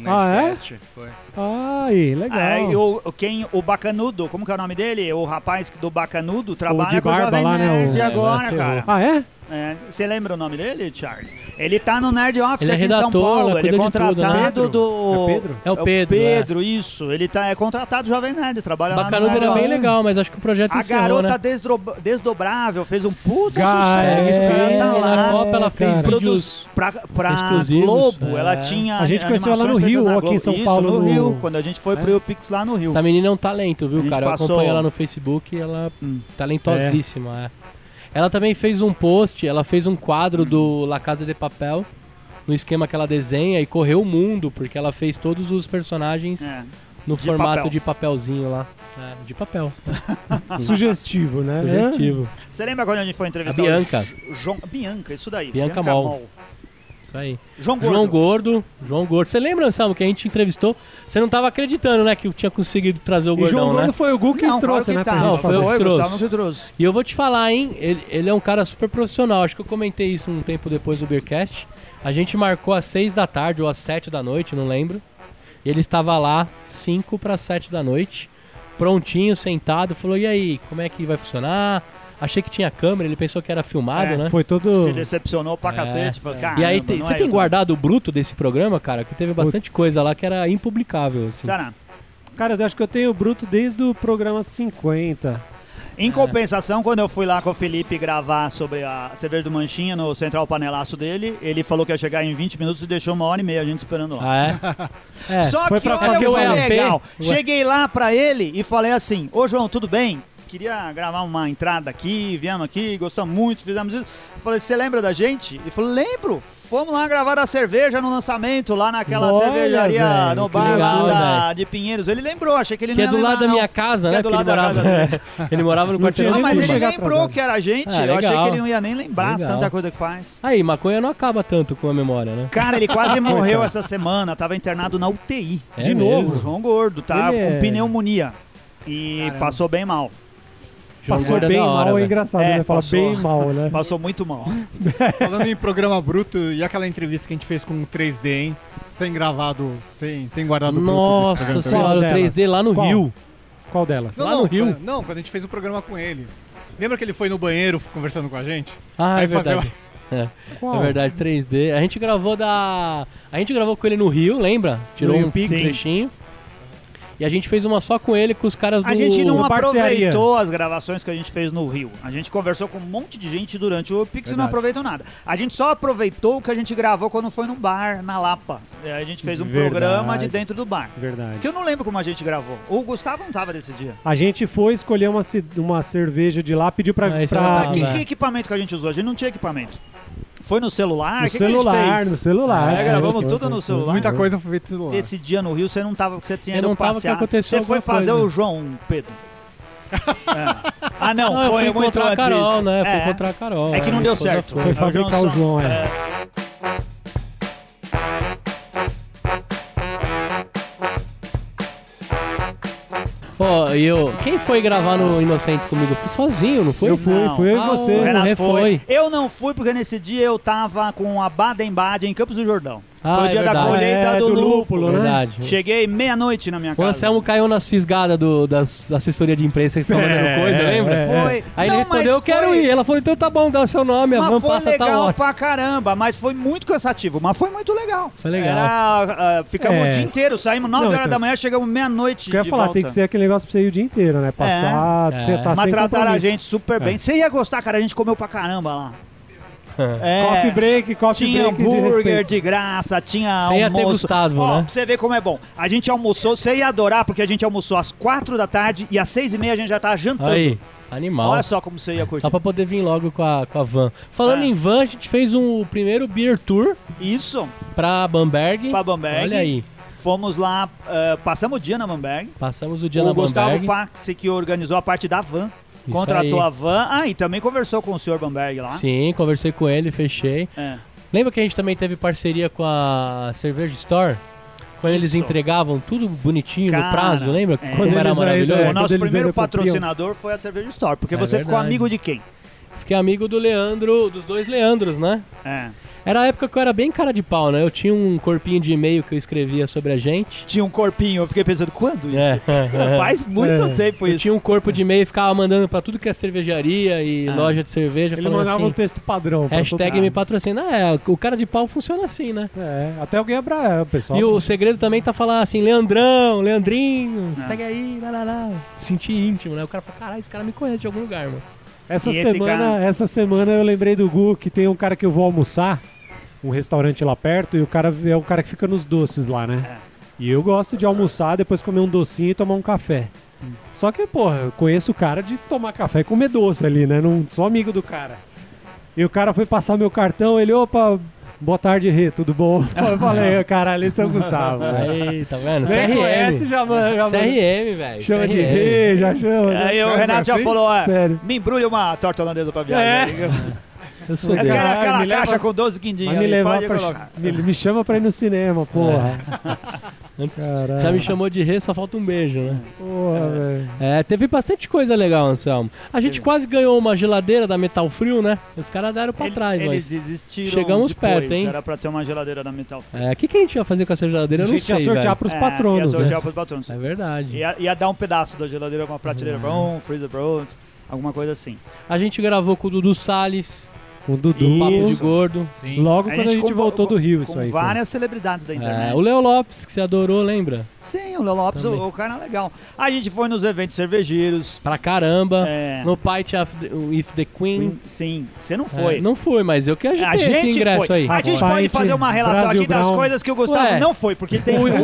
S6: de um
S2: Ah, é?
S6: Nerdcast. Foi.
S2: Ai, legal.
S3: Ah, e o, o- quem, o Bacanudo, como que é o nome dele? O rapaz que- do Bacanudo trabalha
S2: de
S3: com o
S2: barba
S3: Jovem
S2: lá, né,
S3: Nerd
S2: o-
S1: É, agora
S3: agora,
S1: ferrou.
S3: cara.
S2: Ah, é?
S3: É, Você lembra o nome dele, Charles? Ele tá no Nerd Office
S1: Ele é
S3: aqui em São
S1: redator,
S3: Paulo. Ele
S1: né,
S3: é
S1: cuida de tudo, né?
S3: contratado
S1: Pedro?
S3: do.
S2: É Pedro?
S1: É o Pedro,
S3: Pedro, isso. Ele tá, é contratado do Jovem Nerd, trabalha lá
S1: Bacanudo
S3: no Nerd
S1: era bem
S3: Office.
S1: legal, mas acho que o projeto
S3: A
S1: encerrou,
S3: garota
S1: né?
S3: desdrob- desdobrável fez um puta
S2: Cara,
S3: sucesso.
S2: é,
S3: Ela tá
S1: na
S3: lá.
S1: Copa ela fez
S2: cara.
S1: vídeos...
S3: Produz pra, pra
S1: exclusivos,
S3: Globo,
S1: é.
S3: ela tinha.
S2: A gente conheceu ela no
S3: animações
S2: Rio,
S3: feitas na
S2: ou aqui em
S3: Globo.
S2: São
S3: Isso,
S2: Paulo,
S3: no
S2: no- É.
S3: Rio, quando a gente foi pro Pix lá no Rio.
S1: Essa menina é um talento,
S3: A
S1: viu,
S3: gente
S1: cara? Eu
S3: passou-
S1: acompanho ela no Facebook e ela
S3: Hum.
S1: talentosíssima. é. Ela também fez um post, ela fez um quadro do La Casa de Papel, no esquema que ela desenha, e correu o mundo, porque ela fez todos os personagens
S3: É.
S1: no
S3: De
S1: formato
S3: papel.
S1: de papelzinho lá. É, de papel.
S2: é Sugestivo, né?
S1: Sugestivo.
S3: Você lembra quando a gente foi
S1: A
S3: entrevistar o
S1: Bianca.
S3: João, Bianca, isso daí.
S1: Bianca Mol. Isso aí.
S3: João Gordo.
S1: João Gordo. João Gordo. Você lembra, Anselmo, que a gente entrevistou? Você não tava acreditando, né, que eu tinha conseguido trazer o
S2: E
S1: Gordão,
S2: João
S1: né?
S2: Gordo foi o Gu que
S3: Não,
S2: trouxe,
S3: claro que
S2: né?
S3: tá.
S2: pra gente
S1: Não, foi
S2: fazer.
S1: eu que
S3: Oi,
S1: trouxe.
S3: Gustavo, não te trouxe.
S1: E eu vou te falar, hein? Ele, ele é um cara super profissional. Acho que eu comentei isso um tempo depois do Beercast. A gente marcou às 6 da tarde ou às 7 da noite, não lembro. E ele estava lá 5 para 7 da noite, prontinho, sentado. Falou: E aí, como é que vai funcionar? Achei que tinha câmera, ele pensou que era filmado,
S3: É,
S1: né?
S2: Foi todo.
S3: Se decepcionou pra
S1: É,
S3: cacete. falou,
S1: E aí,
S3: "Caramba,
S1: tem-
S3: não
S1: você
S3: é
S1: tem um
S3: eu, tá?"
S1: guardado o bruto desse programa, cara? Que teve bastante
S2: Putz.
S1: coisa lá que era impublicável, assim.
S3: Será?
S2: Cara, eu acho que eu tenho o Bruto desde o programa 50.
S3: Em compensação, quando eu fui lá com o Felipe gravar sobre a cerveja do Manchinha no Central Panelaço dele, ele falou que ia chegar em 20 minutos e deixou uma hora e meia a gente esperando lá.
S1: Ah, é? é.
S3: Só
S2: foi
S3: que
S2: pra
S3: olha
S1: fazer
S3: o que
S1: o EAP.
S3: legal.
S1: Ué.
S3: Cheguei lá pra ele e falei assim: Ô João, tudo bem? Queria gravar uma entrada aqui, viemos aqui, gostamos muito, fizemos isso. Falei, você lembra da gente? Ele falou, lembro. Fomos lá gravar a cerveja no lançamento, lá naquela
S2: Olha,
S3: cervejaria
S2: velho,
S3: no
S2: que
S3: bar
S1: legal,
S3: lá da- de Pinheiros. Ele lembrou, achei que ele
S1: Que
S3: não
S1: é
S3: ia
S1: do lado
S3: lembrar,
S1: da
S3: não.
S1: minha casa,
S3: Que
S1: né?
S3: é do
S1: Porque ele
S3: lado da
S1: morava, ele morava no
S2: Não tinha
S1: quarteirão
S3: Ah,
S1: de
S2: nem
S3: mas
S1: cima.
S3: ele
S2: chegar
S3: lembrou
S2: atrasado.
S3: que era a gente.
S1: Ah,
S3: eu achei
S1: legal.
S3: que ele não ia nem lembrar
S1: Legal.
S3: tanta coisa que faz.
S1: Aí, maconha não acaba tanto com a memória, né?
S3: Cara, ele quase morreu essa semana. Tava internado na UTI.
S1: É
S2: De
S3: O
S2: novo.
S3: João Gordo, tá?
S2: Ele
S3: com
S2: é-
S3: pneumonia. E passou bem mal.
S1: João
S2: passou
S1: Gordo é
S2: bem
S1: da hora,
S2: mal, é
S1: velho.
S2: engraçado,
S3: É,
S2: né? Fala
S3: passou.
S2: bem mal, né?
S3: Passou muito mal.
S5: Falando em programa bruto e aquela entrevista que a gente fez com o 3D, hein? Tem gravado, tem, tem guardado o bruto desse
S1: Nossa
S5: programa também?
S1: senhora, o 3D lá no
S2: Qual?
S1: Rio.
S2: Qual delas?
S5: Não,
S1: Lá
S5: não,
S1: no Rio.
S5: quando-
S3: é-
S5: Não, quando a gente fez o programa com ele. Lembra que ele foi no banheiro conversando com a gente?
S1: Ah, é
S5: Aí fazer
S1: verdade.
S2: Qual?
S1: É verdade, 3D. A gente gravou da. A gente gravou com ele no Rio, lembra? Tirou
S2: Rio
S1: um
S2: Pix.
S1: trechinho. E a gente fez uma só com ele, com os caras do.
S3: A gente não
S2: do parcearia.
S3: aproveitou as gravações que a gente fez no Rio. A gente conversou com um monte de gente durante o Pix e não aproveitou nada. A gente só aproveitou o que a gente gravou quando foi num bar, na Lapa. É, A gente fez um
S2: Verdade.
S3: programa de dentro do bar.
S2: Verdade.
S3: Que eu não lembro como a gente gravou. O Gustavo não tava nesse dia.
S2: A gente foi escolher uma, ci- uma cerveja de lá, pediu pra.
S1: Ah, isso
S2: pra-
S1: é
S3: Ah,
S1: Ah,
S3: que,
S1: velho.
S3: que equipamento que a gente usou? A gente não tinha equipamento. Foi no celular?
S2: no
S3: O que que a gente
S2: celular,
S3: fez?
S2: no celular.
S3: É,
S2: cara.
S3: gravamos tudo no celular. Uhum.
S5: Muita coisa foi feita no celular.
S3: Esse dia no Rio você não tava, porque você tinha
S1: Eu
S3: ido
S1: não tava,
S3: passear.
S1: porque aconteceu
S3: você foi
S1: alguma
S3: fazer
S1: coisa.
S3: o João, Pedro. É. Ah, não,
S1: Não, eu
S3: foi
S1: fui
S3: muito
S1: encontrar a
S3: antes.
S1: Carol, né? Eu Fui
S3: É.
S1: encontrar a Carol.
S3: É que não
S1: Aí
S3: deu
S1: a esposa
S3: certo.
S1: foi.
S2: Foi fabricar o João, é.
S1: Ó, e eu. Quem foi gravar no Inocente comigo? Eu fui sozinho, não foi?
S2: Eu fui,
S3: Não.
S2: fui eu e
S1: Ah,
S2: você.
S1: o
S3: O Renato
S1: Ré
S3: foi.
S1: foi.
S3: Eu não fui porque nesse dia eu tava com a Baden-Baden em Campos do Jordão.
S1: Ah,
S3: foi o
S1: é
S3: dia da
S1: verdade.
S3: colheita
S2: É,
S3: do,
S2: do
S3: lúpulo,
S2: lúpulo, né?
S1: Verdade.
S3: Cheguei meia-noite na minha
S1: O
S3: casa.
S1: Anselmo caiu nas fisgadas do, das- da assessoria de imprensa que estão mandando coisa, lembra?
S2: é.
S3: Foi.
S1: Aí
S3: Não,
S1: ele
S3: mas
S1: respondeu, eu quero
S3: foi-
S1: ir. Ela falou, então tá bom, dá o seu nome, a
S3: Mas
S1: van
S3: foi
S1: passa tá a tal
S3: legal
S1: hora.
S3: pra caramba, mas foi muito cansativo, mas foi muito legal.
S1: Foi legal.
S3: Era, ah, ficamos
S2: É.
S3: o dia inteiro, saímos 9
S2: Não,
S3: horas
S2: então,
S3: da manhã, chegamos meia-noite.
S2: Eu ia
S3: de
S2: falar,
S3: volta.
S2: tem que ser aquele negócio pra você ir o dia inteiro, né? Passar,
S1: É.
S2: você tá
S3: Mas
S2: sem
S3: trataram a
S2: compromisso. É.
S3: gente super bem. Você ia gostar, cara, a gente comeu pra caramba lá. É.
S2: Coffee break, coffee
S3: Tinha
S2: break de
S3: hambúrguer
S2: respeito.
S3: de, graça, tinha
S1: Você ia ter
S3: almoço.
S1: gostado,
S3: Ó,
S1: né?
S3: pra você ver como é bom. A gente almoçou, você ia adorar, porque a gente almoçou às 4 da tarde e às 6 e meia a gente já tava jantando.
S1: Aí, animal.
S3: Olha só como você ia curtir.
S1: Só pra poder vir logo com a, com a van. Falando
S3: É.
S1: em van, a gente fez um o primeiro beer tour
S3: Isso,
S1: pra Bamberg.
S3: pra Bamberg.
S1: Olha aí,
S3: Fomos lá, eh, passamos o dia na Bamberg.
S1: passamos o dia na
S3: o Gustavo
S1: Bamberg.
S3: Paxi, que organizou a parte da van,
S1: Isso
S3: contratou
S1: aí.
S3: a van. Ah, e também conversou com o senhor Bamberg lá.
S1: Sim, conversei com ele, fechei.
S3: É.
S1: Lembra que a gente também teve parceria com a Cerveja Store? Quando eles
S3: Isso.
S1: entregavam tudo bonitinho
S3: Cara,
S1: no prazo, lembra?
S3: é.
S1: Como era
S2: Eles aí,
S1: maravilhoso.
S2: É,
S3: o
S2: quando
S3: nosso
S2: eles
S3: primeiro
S2: ainda copiam.
S3: patrocinador foi a Cerveja Store, porque
S1: É
S3: você ficou
S1: verdade.
S3: amigo de quem?
S1: Fiquei amigo do Leandro, dos dois Leandros, né?
S3: É.
S1: Era a época que eu era bem cara de pau, né? Eu tinha um corpinho de e-mail que eu escrevia sobre a gente.
S3: Tinha um corpinho, eu fiquei pensando, quando isso?
S1: É.
S3: Faz muito tempo
S1: Eu
S3: isso.
S1: tinha um corpo de e-mail e ficava mandando pra tudo que é cervejaria e
S3: Ah.
S1: loja de cerveja,
S2: Ele
S1: falando
S2: mandava
S1: assim,
S2: um texto padrão. pra
S1: hashtag
S2: todo-
S1: me patrocina. É, o cara de pau funciona assim, né?
S2: É, até alguém abra o pessoal.
S1: E o segredo também tá falar assim, Leandrão, Leandrinho,
S3: É.
S1: segue aí, lá, lá, lá. Sentir íntimo, né? O cara fala, caralho, esse cara me conhece de algum lugar, mano.
S2: Essa
S3: E esse
S2: semana, é-
S3: cara-
S2: essa semana eu lembrei do Gu que tem um cara que eu vou almoçar, um restaurante lá perto, e o cara é o cara que fica nos doces lá, né?
S3: É.
S2: E eu gosto de almoçar, depois comer um docinho e tomar um café.
S3: Hum.
S2: Só que, porra, eu conheço o cara de tomar café e comer doce ali, né? Não sou amigo do cara. E o cara foi passar meu cartão, ele, opa, boa tarde, Rê, tudo bom? Eu falei, caralho, esse é o Gustavo.
S1: Aí, tá vendo?
S2: Nem conhece,
S1: CRM.
S2: já manda. já manda-
S1: CRM, é velho. é
S2: Chama de
S1: CRM.
S2: Rê, já chama. já-
S3: Aí o
S5: Sério,
S3: Renato já
S5: assim?
S3: falou, é,
S2: Sério. É.
S3: me embrulha uma torta holandesa pra viagem.
S1: Eu sou
S3: É
S1: dele.
S3: né, aquela, aquela
S2: me
S3: caixa
S2: leva-
S3: com 12 guindinhos.
S2: Vai
S3: ali,
S2: me, levar
S3: pode
S2: pra-
S3: colocar.
S2: me, me chama pra ir no cinema, porra.
S1: É. Antes,
S2: Caralho.
S1: já me chamou de rei, só falta um beijo, né?
S2: Porra, velho.
S1: É, teve bastante coisa legal, Anselmo. A gente quase ganhou uma geladeira da Metal Frio, né? Os caras deram pra
S3: Ele-
S1: trás,
S3: Eles
S1: mas...
S3: desistiram.
S1: chegamos
S3: depois,
S1: perto, hein?
S3: Era pra ter uma geladeira na Metal Free.
S1: É, o que, que a gente ia fazer com essa geladeira?
S2: A
S1: Eu não
S2: gente
S1: sei,
S2: ia sortear
S1: velho.
S2: pros
S3: É,
S2: patronos.
S3: Ia sortear
S2: né?
S3: pros patronos.
S1: É verdade. É.
S3: Ia, ia dar um pedaço da geladeira com uma prateleira pra um, freezer pra outro, alguma coisa assim.
S1: A gente gravou com o Dudu Salles,
S2: Com o Dudu.
S1: do Papo de Gordo.
S2: Logo quando a gente,
S3: com-
S2: voltou do Rio, isso
S3: com
S2: aí. foi.
S3: várias celebridades da internet.
S1: É, o Léo Lopes, que você adorou, lembra?
S3: Sim, o Léo Lopes,
S1: Também.
S3: o, o cara é legal. A gente foi nos eventos cervejeiros.
S1: Pra caramba.
S3: é,
S1: No Fight of the- If the Queen.
S3: Sim, você não
S1: É,
S3: foi.
S1: não foi, mas eu que agitei
S3: A
S1: esse
S3: gente
S1: ingresso
S3: foi.
S1: aí.
S3: A gente pode fazer uma relação
S2: Brasil
S3: aqui das
S2: Brown.
S3: coisas que o Gustavo
S1: Ué.
S3: não foi, porque tem muita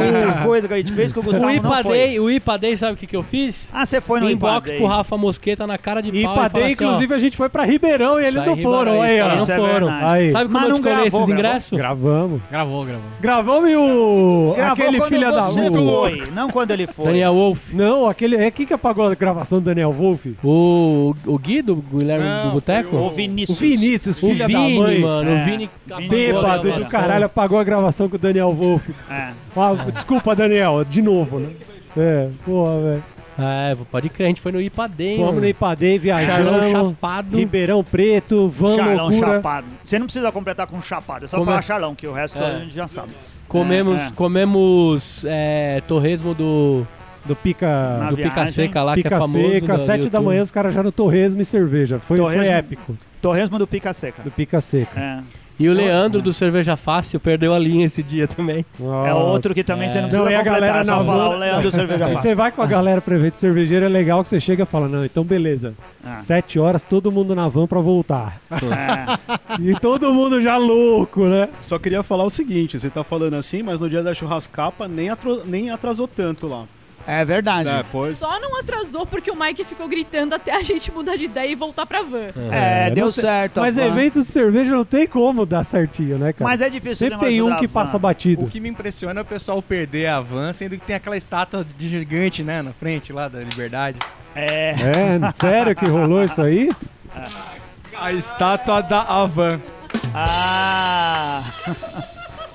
S3: coisa que a gente fez que o
S1: O
S3: Gustavo não
S1: IPA,
S3: foi.
S1: Day, o IPA Day, sabe o que, que eu fiz?
S3: Ah, você foi no
S1: Inbox
S3: Ipa Day.
S1: pro Rafa Mosqueta na cara de pau.
S2: E
S1: e
S2: Padê,
S1: falar assim, ó,
S2: inclusive, a gente foi pra Ribeirão e eles
S1: Sai
S2: não foram.
S1: Ribeirão,
S2: Aí,
S1: eles
S2: ó.
S3: Isso é
S1: foram.
S3: verdade.
S2: Aí.
S1: Sabe como
S3: Mas
S1: eu
S3: não
S1: descolhi
S3: gravou,
S1: esses
S3: gravou.
S1: ingressos?
S2: Gravamos.
S6: Gravou, gravou.
S2: Gravamos e o.
S3: Gravou
S2: aquele
S3: quando
S2: filho da
S3: você
S2: U.
S3: foi, não quando ele foi.
S1: Daniel Wolf.
S2: Não, aquele. É quem que apagou a gravação do Daniel Wolff?
S1: O, o Gui do Guilherme
S5: Não,
S1: do
S5: foi
S1: Boteco?
S3: O
S1: O,
S2: O
S3: Vinícius.
S2: Vinícius, filha da
S1: Vini,
S2: mãe.
S1: mano.
S3: É.
S1: O Vini.
S2: Bêbado do caralho, apagou a gravação com o Daniel Wolff.
S3: É.
S2: Ah, desculpa, Daniel, de novo, né? É, porra, velho.
S1: É, pode crer, a gente foi no IPA Day,
S2: Vamos
S1: mano.
S2: no Ipadei,
S1: Charlão
S2: viajamos.
S1: Chapado.
S2: Ribeirão Preto, Van
S3: Charlão
S2: Loucura.
S3: chapado. Você não precisa completar com chapado, é só
S1: Como
S3: falar
S1: é?
S3: charlão, que o resto a gente já sabe.
S1: Comemos,
S3: É, é.
S1: comemos é, torresmo do,
S2: Do Pica.
S3: Na
S1: do
S3: viagem.
S1: Pica Seca lá, que é
S2: Pica
S1: famoso.
S2: Seca,
S1: do- do
S2: sete da
S1: YouTube.
S2: manhã os caras já no Torresmo e cerveja. Foi, foi
S3: Torresmo-
S2: épico,
S3: Torresmo do Pica Seca.
S2: do Pica Seca.
S3: É,
S1: E o Leandro do Cerveja Fácil perdeu a linha esse dia também.
S3: é outro que também você não
S1: É.
S3: precisa
S2: Não, e a
S3: completar,
S2: galera
S3: é só
S2: na
S3: falar
S2: rua-
S3: o Leandro Cerveja
S2: E
S3: Fácil.
S2: você vai com a galera pro evento cervejeiro, é legal que você chega e fala, não, então beleza.
S3: Ah.
S2: Sete horas, todo mundo na van pra voltar.
S3: É.
S2: E todo mundo já louco, né?
S4: Só queria falar o seguinte, você tá falando assim, mas no dia da churrascapa nem, atro- nem atrasou tanto lá.
S3: É verdade.
S4: É, foi...
S7: Só não atrasou porque o Mike ficou gritando até a gente mudar de ideia e voltar pra van.
S3: É,
S2: não
S3: deu
S2: tem-
S3: certo. a
S2: Mas
S3: van.
S2: eventos de cerveja não tem como dar certinho, né, cara?
S3: Mas é difícil. esse
S2: Sempre
S3: negócio
S2: tem um
S3: da
S2: que
S3: van.
S2: passa batido.
S6: O que me impressiona é o pessoal perder a van, sendo que tem aquela estátua de gigante, né, na frente lá da Liberdade.
S3: É.
S2: É, sério que rolou isso aí?
S9: A estátua da Avan.
S3: Ah,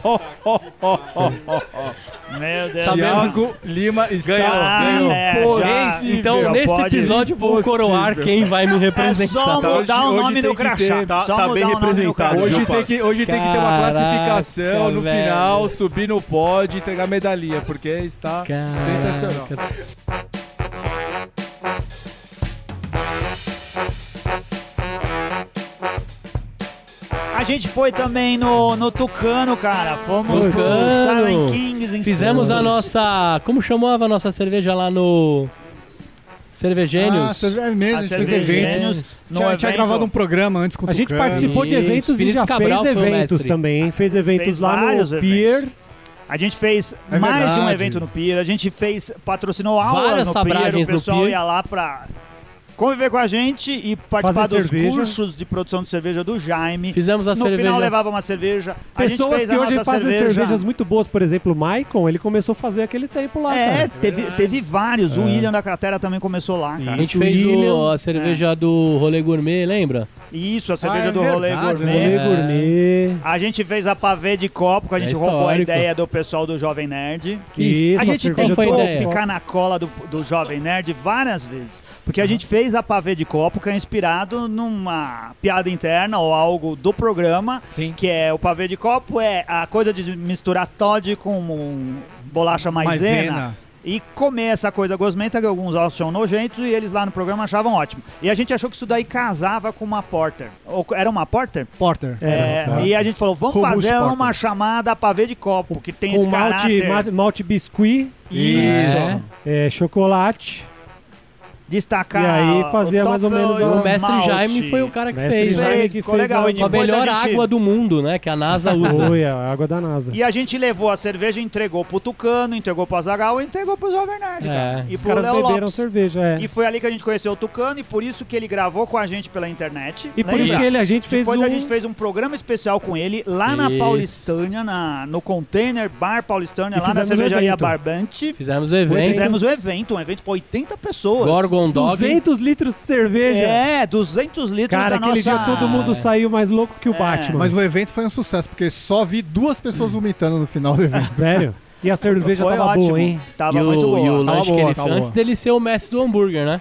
S9: Oh, oh, oh, oh, oh.
S3: Ah. meu
S4: Tá
S3: Deus.
S1: Sabemos-
S9: Thiago Lima está
S3: Ah, é, já-
S9: Esse-
S1: Então,
S9: Meu,
S1: nesse
S3: pode-
S1: episódio, vou coroar
S9: Impossível.
S1: quem vai me
S3: É só
S1: representar.
S3: mudar
S9: hoje-
S3: o
S9: hoje
S3: nome
S9: tem
S3: do
S9: que
S3: crachá.
S9: ter-
S3: só
S4: tá
S3: mudar
S4: bem
S3: o nome do crachá.
S4: representado, viu?
S9: Hoje tem, que, hoje tem que ter uma
S1: Caraca,
S9: classificação no
S1: velho.
S9: final, subir no pódio e entregar medalha, porque está
S1: Caraca.
S9: sensacional.
S3: A gente foi também no, no Tucano, cara. Fomos pro
S1: Tucano.
S3: Silent Kings em
S1: Fizemos a
S3: Santos.
S1: nossa. Como chamava a nossa cerveja lá no. Cervegênios?
S5: Ah, cerve- é mesmo,
S3: A
S5: a gente fez
S3: Cervejeiros
S5: evento.
S3: no
S5: Tinha, tinha
S3: evento.
S5: gravado um programa antes com o
S2: A gente
S5: Tucano.
S2: participou de
S1: é Isso,
S2: eventos e
S1: Vinícius
S2: já
S1: Cabral
S2: fez
S1: foi o
S2: eventos
S1: mestre.
S2: também. Fez eventos
S3: Fez
S2: lá
S3: vários
S2: no
S3: eventos.
S2: Pier.
S3: A gente fez
S5: É
S3: mais de um
S5: verdade.
S3: evento no Pier. A gente fez, patrocinou aula
S1: Várias
S3: no Pier. O
S1: sabragens no
S3: pessoal
S1: Pier.
S3: ia lá pra conviver com a gente e participar
S2: Fazer
S3: dos
S2: cerveja.
S3: cursos de produção de cerveja do Jaime.
S1: Fizemos a
S3: no
S1: cerveja.
S3: final levava uma cerveja. A gente
S2: Pessoas
S3: fez
S2: que
S3: a
S2: hoje
S3: nossa
S2: fazem
S3: cerveja.
S2: cervejas muito boas, por exemplo, o Maicon, ele começou a fazer aquele tempo lá,
S3: É,
S2: cara. É.
S3: teve, teve vários. O William da Cratera também começou lá,
S1: É. A
S5: um
S3: cara.
S1: gente
S2: O
S1: fez o,
S2: William.
S1: a cerveja do Rolê Gourmet, lembra?
S3: Isso, a cerveja
S5: Ah, é
S3: do Rolê
S5: verdade,
S3: Gourmet.
S2: Rolê
S1: É.
S2: Gourmet.
S3: A gente fez a pavê de copo, que a
S1: É
S3: gente roubou a
S1: histórico.
S3: ideia do pessoal do Jovem Nerd.
S2: Isso,
S3: a gente
S2: cerveja
S1: qual foi a
S3: tentou
S1: ideia?
S3: ficar na cola do, do Jovem Nerd várias vezes. Porque a gente fez a pavê de copo, que é inspirado numa piada interna ou algo do programa.
S5: Sim.
S3: Que é o pavê de copo, é a coisa de misturar Todd com um bolacha maisena.
S5: Maisena.
S3: E comer essa coisa gosmenta que alguns acham nojentos e eles lá no programa achavam ótimo. E a gente achou que isso daí casava com uma porter. Ou, era uma porter?
S5: Porter.
S3: É,
S5: Tá.
S3: E a gente falou, vamos
S5: Robust
S3: fazer
S5: Porter.
S3: uma chamada pavê de copo, que tem
S2: Com
S3: esse
S2: malte,
S3: caráter.
S2: ma- malte biscuit,
S3: Isso.
S2: é, chocolate.
S3: Destacar.
S2: E aí
S3: o
S2: fazia mais ou
S3: toffee
S2: menos
S3: e
S2: a-
S1: O mestre
S3: malte.
S1: Jaime foi o cara que
S2: Mestre
S1: fez. né?
S2: Jaime
S3: Fez,
S2: que
S3: ficou
S2: fez
S3: legal,
S2: a-
S3: hein,
S1: Com a
S3: Depois
S1: melhor
S3: a gente-
S1: água do mundo, né? Que a NASA usa.
S2: Foi a água da NASA.
S3: E a gente levou a cerveja, entregou pro Tucano, entregou pro Azagal e entregou pro Jovem Nerd,
S1: É,
S3: cara. E
S2: Os
S3: pro
S2: caras
S3: Léo
S2: beberam
S3: Lopes.
S2: cerveja, é.
S3: E foi ali que a gente conheceu o Tucano e por isso que ele gravou com a gente pela internet.
S2: E por
S3: Lembra?
S2: isso que ele, a gente fez
S3: Depois
S2: um...
S3: a gente fez um programa especial com ele lá na
S1: Isso.
S3: Paulistânia, na, no container Bar Paulistânia,
S2: E
S3: lá na
S2: fizemos um
S3: cervejaria
S2: evento. um
S3: Barbante.
S1: Fizemos o evento.
S3: um Fizemos um evento, um evento pra 80 pessoas.
S1: Gorgon on dog.
S2: 200 litros de cerveja.
S3: É, 200 litros
S2: Cara,
S3: da nossa...
S2: aquele dia todo mundo saiu mais louco que o Batman.
S5: Mas o evento foi um sucesso, porque só vi duas pessoas vomitando no final do evento.
S2: Sério? E a cerveja
S3: Foi
S2: tava
S3: ótimo.
S2: boa, hein?
S3: Tava
S1: e o,
S3: muito boa.
S1: e o
S5: Tava
S1: lanche que
S5: boa,
S1: ele
S5: tava
S1: fez. Antes
S5: boa.
S1: dele ser o mestre do hambúrguer, né?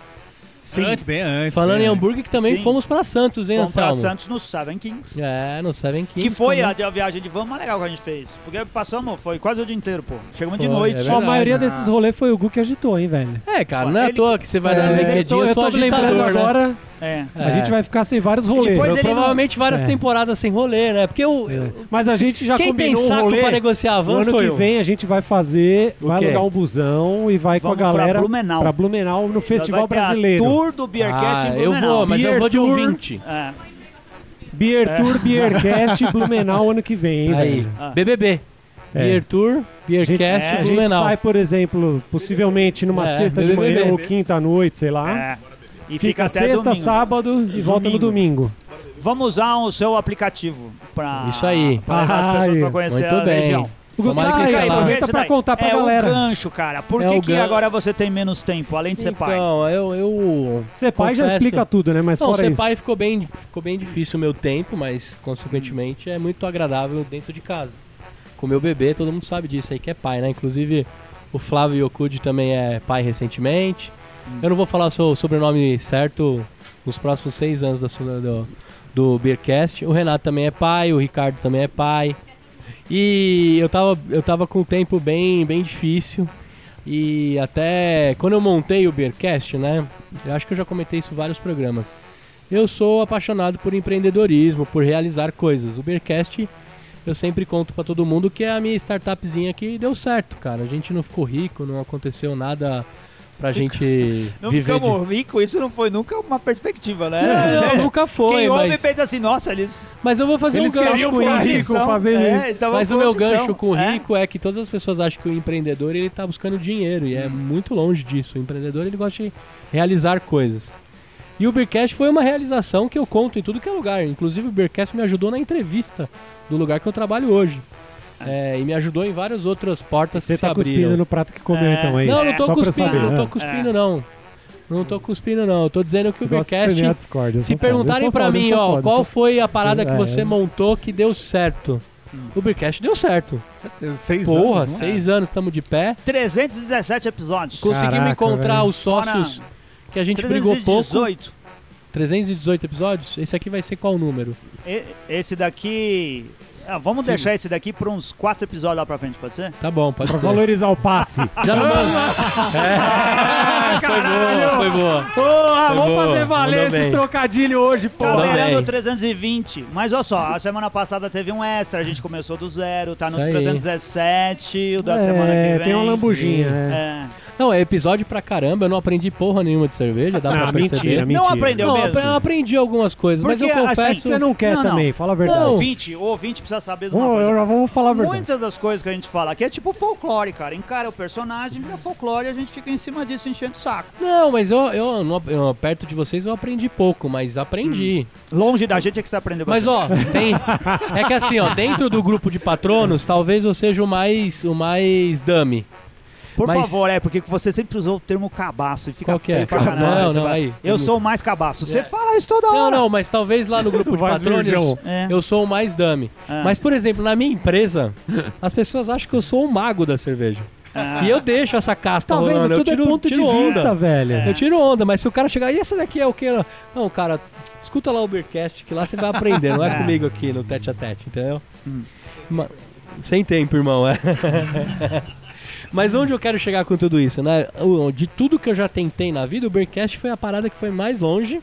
S5: Sim. Antes, bem antes.
S1: Falando
S5: bem
S1: em
S5: antes.
S1: hambúrguer, que também
S3: Sim.
S1: fomos pra Santos, hein,
S3: Fomos pra
S1: Anselmo?
S3: Santos no Seven Kings.
S1: É, no Seven Kings.
S3: Que foi
S1: também.
S3: a, a viagem de van mais legal que a gente fez. Porque passamos, foi quase o dia inteiro, pô. Chegamos de
S1: Foi,
S3: noite.
S2: Ó,
S1: é
S2: a
S1: verdade.
S2: maioria desses rolês foi o Gu que agitou, hein, velho?
S1: É, cara, não é à
S3: Ele-
S1: toa que você vai
S2: É,
S1: dar
S2: mas
S1: uma
S2: eu tô,
S1: eu,
S2: eu
S1: sou
S2: tô me lembrando
S1: agitador, né?
S2: agora,
S3: É.
S2: a gente vai ficar sem vários rolês.
S3: depois
S1: Eu,
S3: ele não-
S1: provavelmente várias
S2: É.
S1: temporadas sem rolê, né? Porque eu, eu-
S2: Mas a gente já
S1: quem tem
S2: combinou um
S1: saco
S2: rolê.
S1: pra negociar
S2: o
S1: avanço
S2: ano
S1: sou
S2: que
S1: eu.
S2: vem a gente vai fazer,
S1: O
S2: vai
S1: quê?
S2: alugar um busão e vai
S3: Vamos
S2: com a
S3: pra
S2: galera
S3: Blumenau.
S2: pra Blumenau no
S3: Vai
S2: Festival
S3: ter a
S2: Brasileiro.
S3: Tour do Beercast
S1: Ah,
S3: em
S1: eu
S3: Blumenau.
S1: vou, mas eu
S2: Beer
S1: vou de um
S2: tour.
S1: ouvinte.
S3: É.
S2: Beer Tour, Beercast e Blumenau ano que vem, hein,
S1: Aí,
S2: velho?
S3: Ah.
S1: BBB.
S2: É.
S1: Beer Tour,
S2: A gente, é,
S1: Beercast,
S2: a gente
S1: Blumenau.
S2: sai, por exemplo, possivelmente numa
S1: É,
S2: sexta de
S1: BBB.
S2: manhã ou quinta à noite, sei lá.
S3: É. E
S2: Fica,
S3: fica, até
S2: sexta,
S3: domingo.
S2: sábado e volta no domingo.
S3: Vamos usar o seu aplicativo pra,
S1: Isso aí.
S3: Ah, pra levar as pessoas
S2: Ai,
S3: pra conhecer
S1: muito
S3: a
S1: bem.
S3: região.
S2: O
S1: Tomara
S2: Gustavo
S1: que
S2: aí,
S1: fique lá.
S2: aproveita
S3: esse
S2: pra
S3: daí
S2: contar pra
S3: é
S2: galera.
S3: o gancho, cara. Por
S1: É
S3: que,
S1: o
S3: que
S1: gan-
S3: agora você tem menos tempo, além de ser pai?
S1: Então, eu... eu
S2: Ser pai já
S1: confesso-
S2: explica tudo, né? Mas
S1: Não,
S2: fora
S1: ser
S2: isso.
S1: pai ficou bem, ficou bem difícil o meu tempo, mas consequentemente é muito agradável dentro de casa. Com o meu bebê, todo mundo sabe disso aí que é pai, né? Inclusive o Flávio Yokudi também é pai recentemente. Eu não vou falar so- o sobrenome certo nos próximos seis anos da, su- do, do Beercast. O Renato também é pai, o Ricardo também é pai. E eu tava, eu tava com um tempo bem, bem difícil. E até quando eu montei o Beercast, né? Eu acho que eu já comentei isso em vários programas. Eu sou apaixonado por empreendedorismo, por realizar coisas. O Beercast, eu sempre conto pra todo mundo que é a minha startupzinha que deu certo, cara. A gente não ficou rico, não aconteceu nada pra gente
S3: Não
S1: viver de...
S3: ficamos ricos, isso não foi nunca uma perspectiva, né?
S1: Não, não, nunca foi,
S3: Quem ouve
S1: mas,
S3: pensa assim, nossa, eles...
S1: mas eu vou fazer um
S2: Eles
S1: gancho
S2: queriam
S1: com
S2: ficar
S1: isso.
S2: ricos. rico fazendo
S1: É,
S3: É,
S2: isso.
S3: então
S1: Mas o meu gancho com o rico então é. que todas as pessoas acham que o empreendedor ele tá buscando dinheiro e é muito longe disso. O empreendedor ele gosta de realizar coisas. E o Beercast foi uma realização que eu conto em tudo que é lugar. Inclusive o Beercast me ajudou na entrevista do lugar que eu trabalho hoje. É, e me ajudou em várias outras portas
S2: Você
S1: que se
S2: tá
S1: abriram.
S2: cuspindo no prato que comeu,
S3: É.
S2: então, é isso.
S1: Não, não tô
S2: Só pra eu
S1: cuspindo,
S2: saber.
S1: não tô
S2: Ah,
S1: cuspindo não. Não tô cuspindo não. Eu tô dizendo que o
S2: eu gosto de semear
S1: Beercast
S2: discórdia, eu
S1: se
S2: sou foda, eu
S1: perguntarem
S2: sou
S1: pra
S2: foda, eu
S1: mim,
S2: sou
S1: ó,
S2: foda,
S1: qual
S2: eu
S1: foi a parada que
S2: É.
S1: você montou que deu certo? O Beercast deu certo.
S5: Seis
S1: Porra,
S3: é?
S5: anos, né?
S1: seis anos estamos de pé.
S3: 317 episódios.
S1: Conseguimos
S2: Caraca,
S1: encontrar
S2: velho.
S1: os sócios que a gente brigou pouco.
S3: 318.
S1: 318 episódios? Esse aqui vai ser qual número?
S3: E- Esse daqui... Ah, vamos deixar esse daqui pra uns quatro episódios lá pra frente, pode ser?
S1: Tá bom, pode
S2: sou-
S1: ser.
S2: Valorizar o passe.
S1: Já não é, foi boa, foi boa.
S2: Porra, vamos
S1: boa,
S2: fazer valer
S1: mandou
S2: esses
S1: bem.
S2: trocadilhos hoje,
S3: Tá
S1: Mandou
S2: porra.
S1: bem.
S3: beirando o 320. Mas olha só, a semana passada teve um extra, a gente começou do zero, tá no
S1: Isso aí.
S3: 317, o da semana que
S2: É,
S3: vem.
S2: tem uma lambujinha. é.
S3: É.
S1: Não, é episódio pra caramba, eu não aprendi porra nenhuma de cerveja, dá pra
S2: Não, Ah, mentira,
S1: perceber.
S2: mentira.
S3: Não aprendeu
S1: Não, eu
S3: mesmo.
S1: apre- eu aprendi algumas coisas, mas eu
S3: Porque, assim,
S1: confesso.
S2: Você não quer
S3: Não, não.
S2: também, fala a
S3: O
S2: verdade.
S3: ouvinte, o ouvinte precisa saber de uma
S2: Vamos,
S3: coisa.
S2: eu já vou falar a verdade.
S3: Muitas das coisas que a gente fala aqui é tipo folclore, cara. Encara o personagem, vira folclore e a gente fica em cima disso enchendo o saco.
S1: Não, mas eu, eu, não- eu- perto de vocês eu aprendi pouco, mas aprendi.
S3: Longe da gente é que você aprendeu
S1: Mas
S3: bastante.
S1: ó, tem. É que assim, ó, dentro do grupo de patronos, talvez eu seja o mais o mais dummy.
S3: Por
S1: mas-
S3: favor, é, porque você sempre usou o termo cabaço e fica
S1: Qual que é?
S3: feio pra caralho.
S1: Não,
S3: Você
S1: não,
S3: fala,
S1: aí.
S3: Eu sou o mais cabaço. Você
S1: É.
S3: fala isso toda
S1: Não,
S3: hora.
S1: não, mas talvez lá no grupo de
S2: Voz
S1: patronos
S2: virgão.
S3: É.
S1: eu sou o mais dummy.
S3: Ah.
S1: Mas, por exemplo, na minha empresa, as pessoas acham que eu sou o mago da cerveja.
S3: Ah.
S1: E eu deixo essa casca
S2: Tá vendo?
S1: rolando, eu
S2: Tudo é
S1: tiro,
S2: ponto de
S1: tiro onda.
S2: vista, velho.
S1: Eu tiro onda, mas se o cara chegar, e essa daqui é o quê? Não, cara, escuta lá o Ubercast, que lá você vai aprender, não é comigo aqui no tete a tete, entendeu? Ma- Sem tempo, irmão, é. Mas onde eu quero chegar com tudo isso, né? O- De tudo que eu já tentei na vida, o Ubercast foi a parada que foi mais longe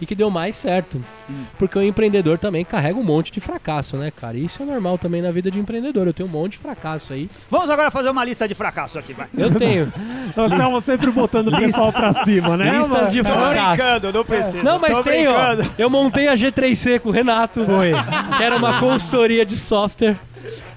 S1: e que deu mais certo.
S3: Hum.
S1: Porque o empreendedor também carrega um monte de fracasso, né, cara? E isso é normal também na vida de empreendedor. Eu tenho um monte de fracasso aí.
S3: Vamos agora fazer uma lista de fracasso aqui, vai.
S1: Eu tenho.
S2: Anselmo sempre botando o pessoal pra cima, né?
S1: listas de
S3: Tô
S1: fracasso.
S3: brincando, não precisa.
S1: Não, mas
S3: Tô
S1: tem, ó.
S3: brincando.
S1: Eu montei a G3C com o Renato. Foi. Que era uma consultoria de software.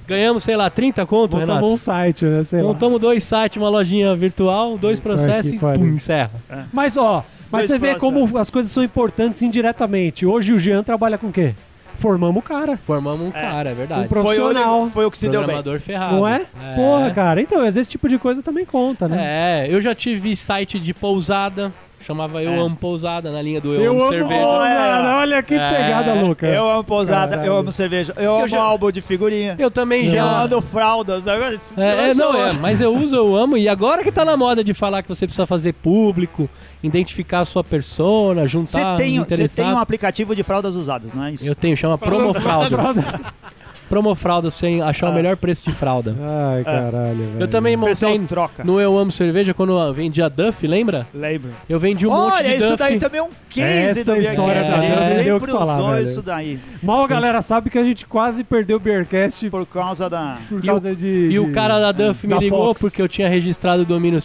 S1: Ganhamos, sei lá, 30 conto,
S2: Montamos
S1: Renato.
S2: um site, né? Sei lá.
S1: Montamos dois sites, uma lojinha virtual, dois processos e
S2: que pariu. É.
S1: pum, encerra.
S2: Mas, ó, mas
S3: Dois
S2: você vê
S3: processos.
S2: como as coisas são importantes indiretamente. Hoje o Jean trabalha com o quê? Formamos o cara.
S1: Formamos um cara, é verdade.
S2: Um pro-
S3: Foi
S2: Profissional.
S3: o, foi o que se deu bem.
S1: Programador ferrado.
S2: Não é?
S1: É.
S2: Porra, cara. Então, às vezes esse tipo de coisa também conta, né?
S1: É, eu já tive site de pousada, Chamava eu amo pousada na linha do eu,
S2: Eu
S1: amo,
S2: amo
S1: cerveja. É.
S2: pousada, olha que pegada louca.
S3: Eu amo pousada,
S2: Caralho.
S3: eu amo cerveja, eu, amo
S1: já-
S3: álbum de figurinha.
S1: Eu também
S3: eu
S1: já.
S3: ando fraldas. Agora, esses-
S1: É, é,
S3: eu
S1: não,
S3: sou-
S1: é, mas eu uso, eu amo. E agora que tá na moda de falar que você precisa fazer público, identificar a sua persona,
S3: Você tem,
S1: juntar os
S3: você tem um
S1: interessados.
S3: aplicativo de fraldas usadas, não é isso?
S1: tá Eu tenho, chama Promofraldas. Promofraldas pra você achar o melhor preço de fralda.
S2: Ah. Ai, caralho, velho.
S1: Eu também
S3: É. Pessoal
S1: montei
S3: troca.
S1: no Eu Amo Cerveja quando eu vendia Duff, lembra?
S3: Lembro.
S1: Eu vendi um monte de
S3: Olha, isso
S1: Duff.
S3: daí também é um case
S2: Essa
S3: do
S2: história
S3: Beercast.
S1: da
S3: Ele
S1: Duff
S2: deu o que
S3: sempre
S2: falar,
S3: usou
S2: velho.
S3: isso daí.
S2: Mal a galera sabe que a gente quase perdeu o Bearcast
S3: Por causa da.
S2: por
S1: E
S2: causa de,
S1: E o
S2: de- é,
S1: cara da Duff me
S2: Da
S1: ligou
S2: Fox.
S1: porque eu tinha registrado o domínio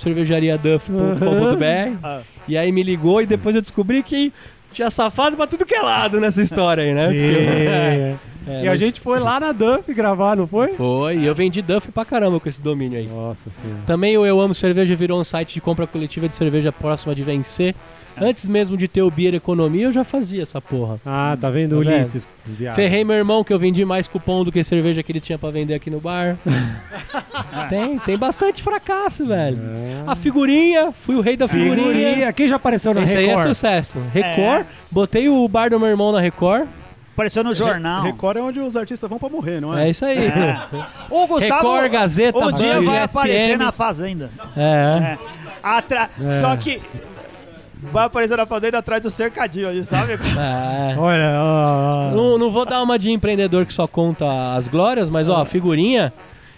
S1: cervejariaduff.com.br.
S3: Ah.
S1: E aí me ligou e depois eu descobri que tinha safado pra tudo que é lado nessa história aí, né?
S2: É.
S1: É,
S2: E a
S1: mas
S2: gente foi lá na Duff gravar, não foi?
S1: Foi, e eu vendi Duff pra caramba com esse domínio aí.
S2: Nossa senhora.
S1: Também o Eu Amo Cerveja virou um site de compra coletiva de cerveja próxima de vencer. Antes mesmo de ter o Beer Economia, eu já fazia essa porra.
S2: Ah, tá vendo,
S1: Tá vendo?
S2: Ulisses? Viado.
S1: Ferrei meu irmão que eu vendi mais cupom do que cerveja que ele tinha pra vender aqui no bar. tem, tem bastante fracasso, velho. A figurinha, fui o rei da figurinha.
S2: Ah. Figurinha. Quem já apareceu na
S1: Esse aí é
S2: Record?
S1: sucesso. Record, botei o bar do meu irmão na Record.
S3: Apareceu no jornal.
S4: Record é onde os artistas vão pra morrer, não
S1: É
S4: é?
S1: isso aí.
S3: O Gustavo.
S1: Record, Gazeta,
S3: um dia
S1: Band,
S3: vai
S1: ESPN.
S3: aparecer na Fazenda.
S1: É.
S3: Atra... Só que. Vai aparecer na Fazenda atrás do cercadinho ali, sabe?
S1: é.
S2: Olha, ó, ó.
S1: Não, não vou dar uma de empreendedor que só conta as glórias, mas ó, a figurinha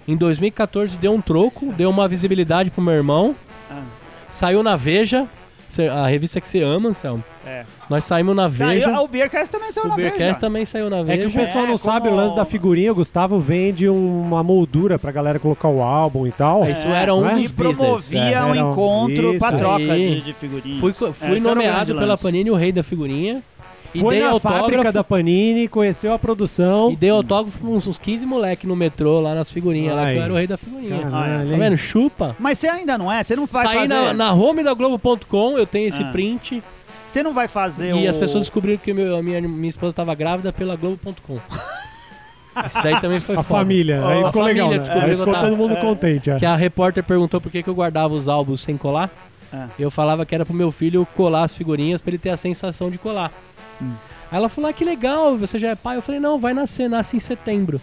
S1: em 2014 deu um troco, deu uma visibilidade pro meu irmão.
S3: Ah.
S1: Saiu na Veja, cê- a revista que você ama, Anselmo.
S3: É.
S1: Nós saímos na Veja.
S3: Saiu- ah, é o Beercast também saiu
S1: o
S3: na Veja.
S1: Beercast também saiu na
S2: É que
S1: Veja.
S2: o pessoal
S3: É,
S2: não
S3: como-
S2: sabe o lance da figurinha. O Gustavo vende um, uma moldura pra galera colocar o álbum e tal.
S1: Isso era um
S2: não é?
S1: dos
S3: E promovia
S1: business.
S2: é.
S3: um
S2: Era um-
S3: encontro pra
S2: isso
S3: troca
S1: aí.
S3: de, de figurinhas.
S1: é. Fui, co-
S3: É,
S1: fui
S3: esse era o
S1: nomeado
S3: grande
S1: pela
S3: lance.
S1: Panini o rei da figurinha. E
S2: Foi
S1: dei
S2: na
S1: autógrafo.
S2: fábrica da Panini, conheceu a
S1: E
S2: produção.
S1: dei autógrafo pra uns, uns 15 moleque no metrô, lá nas figurinhas, lá que eu
S2: Ai.
S1: era o rei da figurinha.
S2: Caralho,
S1: Tá
S2: hein?
S1: vendo? Chupa.
S3: Mas você ainda não é? Você não vai
S1: Saí na,
S3: fazer.
S1: na home da Globo.com, eu tenho esse
S3: Ah.
S1: print.
S3: Você não vai fazer
S1: E
S3: o-
S1: as pessoas descobriram que meu- a minha, minha esposa estava grávida pela Globo.com. Isso daí também foi
S2: A
S1: foda.
S2: família. aí
S1: a
S2: ficou
S1: família
S2: legal. né?
S1: descobriu
S2: Aí
S1: que
S2: ficou
S1: eu
S2: todo
S1: tava-
S2: mundo contente. é.
S1: Que a repórter perguntou por que, que eu guardava os álbuns sem colar.
S3: É.
S1: Eu falava que era pro meu filho colar as figurinhas pra ele ter a sensação de colar.
S3: Hum.
S1: Aí ela falou: ah, que legal, você já é pai. Eu falei: não, vai nascer, nasce em setembro.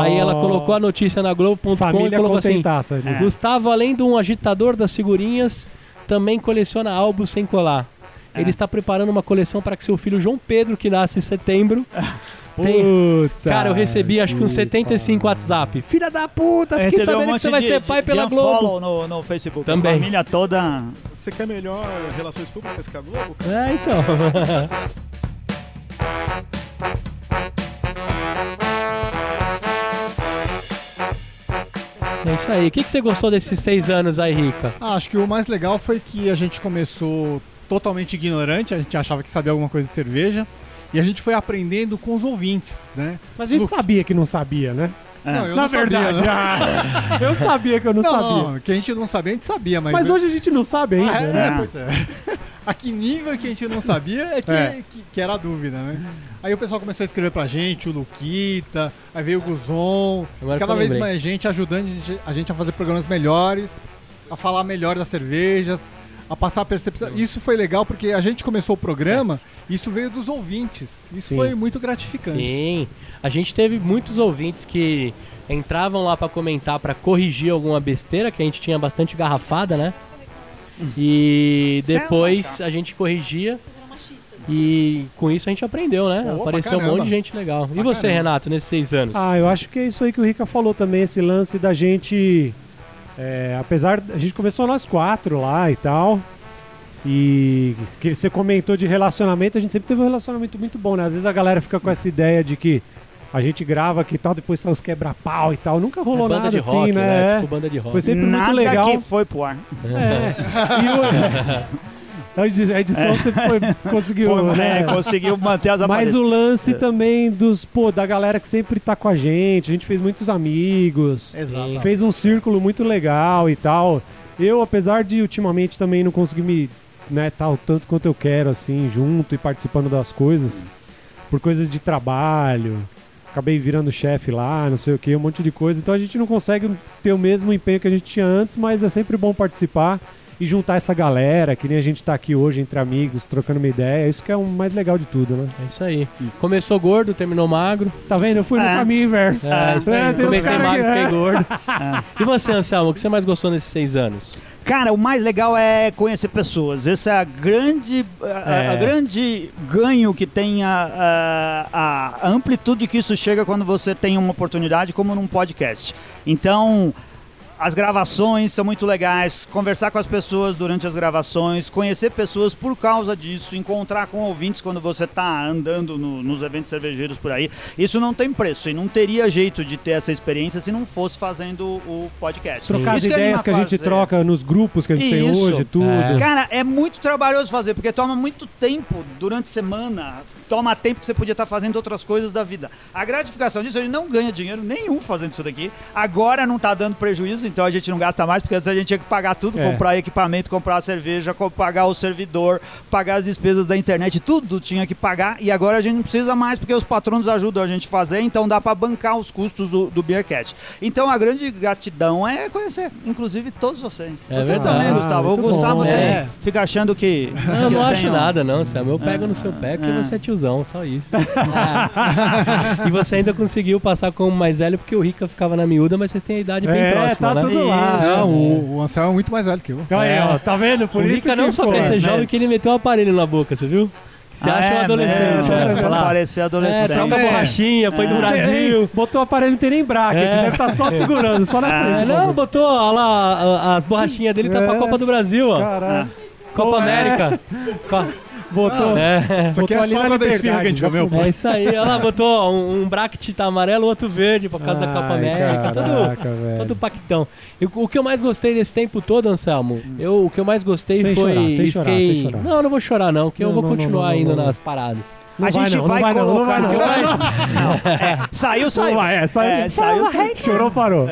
S1: Aí ela
S2: Nossa.
S1: colocou a notícia na Globo.com e
S2: Família
S1: colocou assim:
S2: contentaça. ali.
S3: É.
S1: Gustavo, além de um agitador das figurinhas, também coleciona álbuns sem colar.
S3: É.
S1: Ele está preparando uma coleção para que seu filho João Pedro, que nasce em setembro, tem.
S2: Puta
S1: Cara, eu recebi acho que uns
S2: que
S1: 75 WhatsApp. Filha da puta,
S3: É,
S1: fiquei
S3: você vê um
S1: sabendo que
S3: monte
S1: você vai
S3: de-
S1: ser pai
S3: de-
S1: pela
S3: de
S1: Globo.
S3: unfollow no, no Facebook.
S1: Também.
S3: A família toda.
S4: Você quer melhor relações públicas que a Globo? cara?
S1: É, então. É isso aí. O que, que você gostou desses seis anos aí, Rica?
S2: Tá.
S5: Ah, acho que o mais legal foi que a gente começou totalmente ignorante, a gente achava que sabia alguma coisa de cerveja, e a gente foi aprendendo com os ouvintes, né?
S2: Mas a gente
S5: Lucas.
S2: sabia que não sabia, né?
S5: Não, eu
S2: Na
S5: não
S2: verdade,
S5: sabia. né?
S2: Eu sabia que eu não, sabia.
S5: Não, não, que a gente não sabia, a gente sabia, mas...
S2: Mas hoje a gente não sabe ainda.
S5: Ah,
S2: né?
S5: é, pois é. A que nível que a gente não sabia é que,
S2: É.
S5: que- que era a dúvida, né? Aí o pessoal começou a escrever pra gente, o Luquita, aí veio o Guzon,
S1: Agora que
S5: cada
S1: eu
S5: vez
S1: lembrei.
S5: mais gente ajudando a gente- a gente a fazer programas melhores, a falar melhor das cervejas, a passar a percepção. Isso foi legal porque a gente começou o programa, isso veio dos ouvintes. Isso
S2: Sim.
S5: foi muito gratificante.
S1: Sim, a gente teve muitos ouvintes que entravam lá pra comentar, pra corrigir alguma besteira, que a gente tinha bastante garrafada, né? E
S3: Isso é
S1: depois
S3: uma
S1: a gente corrigia. E com isso a gente aprendeu, né?
S5: Pô, pra
S1: Apareceu um monte de
S5: caramba.
S1: gente legal. E
S5: Pra
S1: você,
S5: caramba.
S1: Renato, nesses seis anos?
S2: Ah, eu acho que é isso aí que o Rica falou também, esse lance da gente. é, apesar. A gente começou nós quatro lá e tal. E isso que você comentou de relacionamento, a gente sempre teve um relacionamento muito bom, né? Às vezes a galera fica com essa ideia de que a gente grava aqui e tal, depois sai os quebra-pau e tal. Nunca rolou
S1: É banda
S2: nada
S1: de
S2: assim,
S1: rock,
S2: né?
S1: né?
S2: É.
S1: Tipo banda de rock.
S2: Foi sempre
S3: Nada
S2: muito legal.
S3: que foi pro ar.
S1: É.
S2: E o- A edi- a edição sempre foi- conseguiu,
S3: É. Foi,
S2: né?
S3: né, conseguiu manter as
S2: Mas
S3: aparências. É.
S2: o lance também dos, pô, da galera que sempre tá com a gente, a gente fez muitos amigos,
S5: Exato.
S2: fez um círculo muito legal e tal. Eu, apesar de ultimamente também não conseguir me, né, tal tanto quanto eu quero, assim, junto e participando das coisas, por coisas de trabalho, acabei virando chefe lá, não sei o que, um monte de coisa. Então a gente não consegue ter o mesmo empenho que a gente tinha antes, mas é sempre bom participar. e juntar essa galera, que nem a gente tá aqui hoje entre amigos, trocando uma ideia. Isso que é o mais legal de tudo, né?
S1: É isso aí. Começou gordo, terminou magro.
S2: Tá vendo? Eu fui no
S1: É.
S2: caminho inverso.
S1: É, isso aí.
S2: tem uns
S1: Comecei
S2: cara que-
S1: magro, fiquei
S2: é.
S1: gordo. E você, Anselmo, o que você mais gostou nesses seis anos?
S3: Cara, o mais legal é conhecer pessoas. Esse é a grande, a, a-
S1: É.
S3: a grande ganho que tem a, a- a amplitude que isso chega quando você tem uma oportunidade, como num podcast. Então, as gravações são muito legais. Conversar com as pessoas durante as gravações, conhecer pessoas por causa disso, encontrar com ouvintes quando você está andando no- nos eventos cervejeiros por aí. Isso não tem preço e não teria jeito de ter essa experiência se não fosse fazendo o podcast.
S2: Trocar as
S3: Isso
S2: ideias
S3: anima
S2: que é a gente
S3: fazer.
S2: troca nos grupos que a gente tem
S3: Isso.
S2: hoje, tudo.
S3: Cara, é muito trabalhoso fazer, porque toma muito tempo durante a semana. Toma tempo que você podia estar fazendo outras coisas da vida. A gratificação disso, a gente não ganha dinheiro nenhum fazendo isso daqui. Agora não tá dando prejuízo, então a gente não gasta mais, porque antes a gente tinha que pagar tudo,
S11: É.
S3: comprar equipamento, comprar a cerveja, co- pagar o servidor, pagar as despesas da internet, tudo tinha que pagar. E agora a gente não precisa mais, porque os patronos ajudam a gente a fazer, então dá para bancar os custos do, do Beercast. Então a grande gratidão é conhecer, inclusive todos vocês.
S1: É
S3: Você
S1: verdade.
S3: também,
S1: Ah,
S3: Gustavo. O
S1: muito
S3: Gustavo
S1: bom.
S3: tem-
S2: né?
S1: É.
S3: fica achando que.
S1: Não, eu
S3: que
S1: não acho
S3: tenho-
S1: nada, não, Sam. Eu pego no seu pé porque
S3: Ah.
S1: você é tiozão, só isso. Ah. E você ainda conseguiu passar como mais velho porque o Rica ficava na miúda, mas vocês têm a idade bem
S5: É,
S1: próxima,
S5: tá
S1: né?
S5: tudo lá. Não, o, o Anselmo é muito mais velho que eu.
S1: Olha aí, É. ó,
S2: tá vendo? Por
S1: o
S2: isso
S1: Rica
S2: que,
S1: não só
S2: pô,
S1: quer ser
S5: né?
S2: mas-
S1: jovem que ele meteu um aparelho na boca, você viu? Que Você
S2: Ah,
S1: acha um
S2: é,
S1: adolescente,
S2: mesmo?
S1: né?
S2: Você
S1: Falar,
S2: parecia
S1: É,
S2: adolescente.
S1: troca a
S2: É.
S1: borrachinha, põe do
S2: Não tem,
S1: Brasil.
S2: Botou o aparelho, não tem nem bracket, deve estar só segurando, só na frente.
S1: É,
S2: por
S1: não,
S2: favor.
S1: botou ó lá, a- as borrachinhas dele tá pra
S2: É.
S1: Copa do Brasil, ó.
S2: Caralho.
S1: Copa
S2: Pô, é.
S1: América. Co-
S2: Botou-
S1: É.
S2: Isso aqui é
S1: Botou ali
S2: sobra
S1: na
S2: da esfirra que a gente
S1: liberdade,
S2: comeu, pô.
S1: É isso aí, olha lá, botou ó, um, um bracket tá amarelo, outro verde por causa da Copa
S2: Ai,
S1: América.
S2: caraca,
S1: todo,
S2: velho.
S1: todo pactão. E o- o que eu mais gostei desse tempo todo, Anselmo, eu, o que eu mais gostei
S2: Sem
S1: foi.
S2: chorar, sem
S1: e
S2: chorar,
S1: fiquei-
S2: sem chorar.
S1: Não, eu não vou chorar, não, que eu
S2: Não,
S1: vou
S2: não, não,
S1: continuar
S2: não, não,
S1: indo
S2: não.
S1: nas paradas.
S3: A gente vai, colocar.
S2: não, não vai não.
S3: É, saiu, saiu.
S2: Vai, é, saiu.
S3: É, saiu, saiu. É.
S2: Chorou, parou.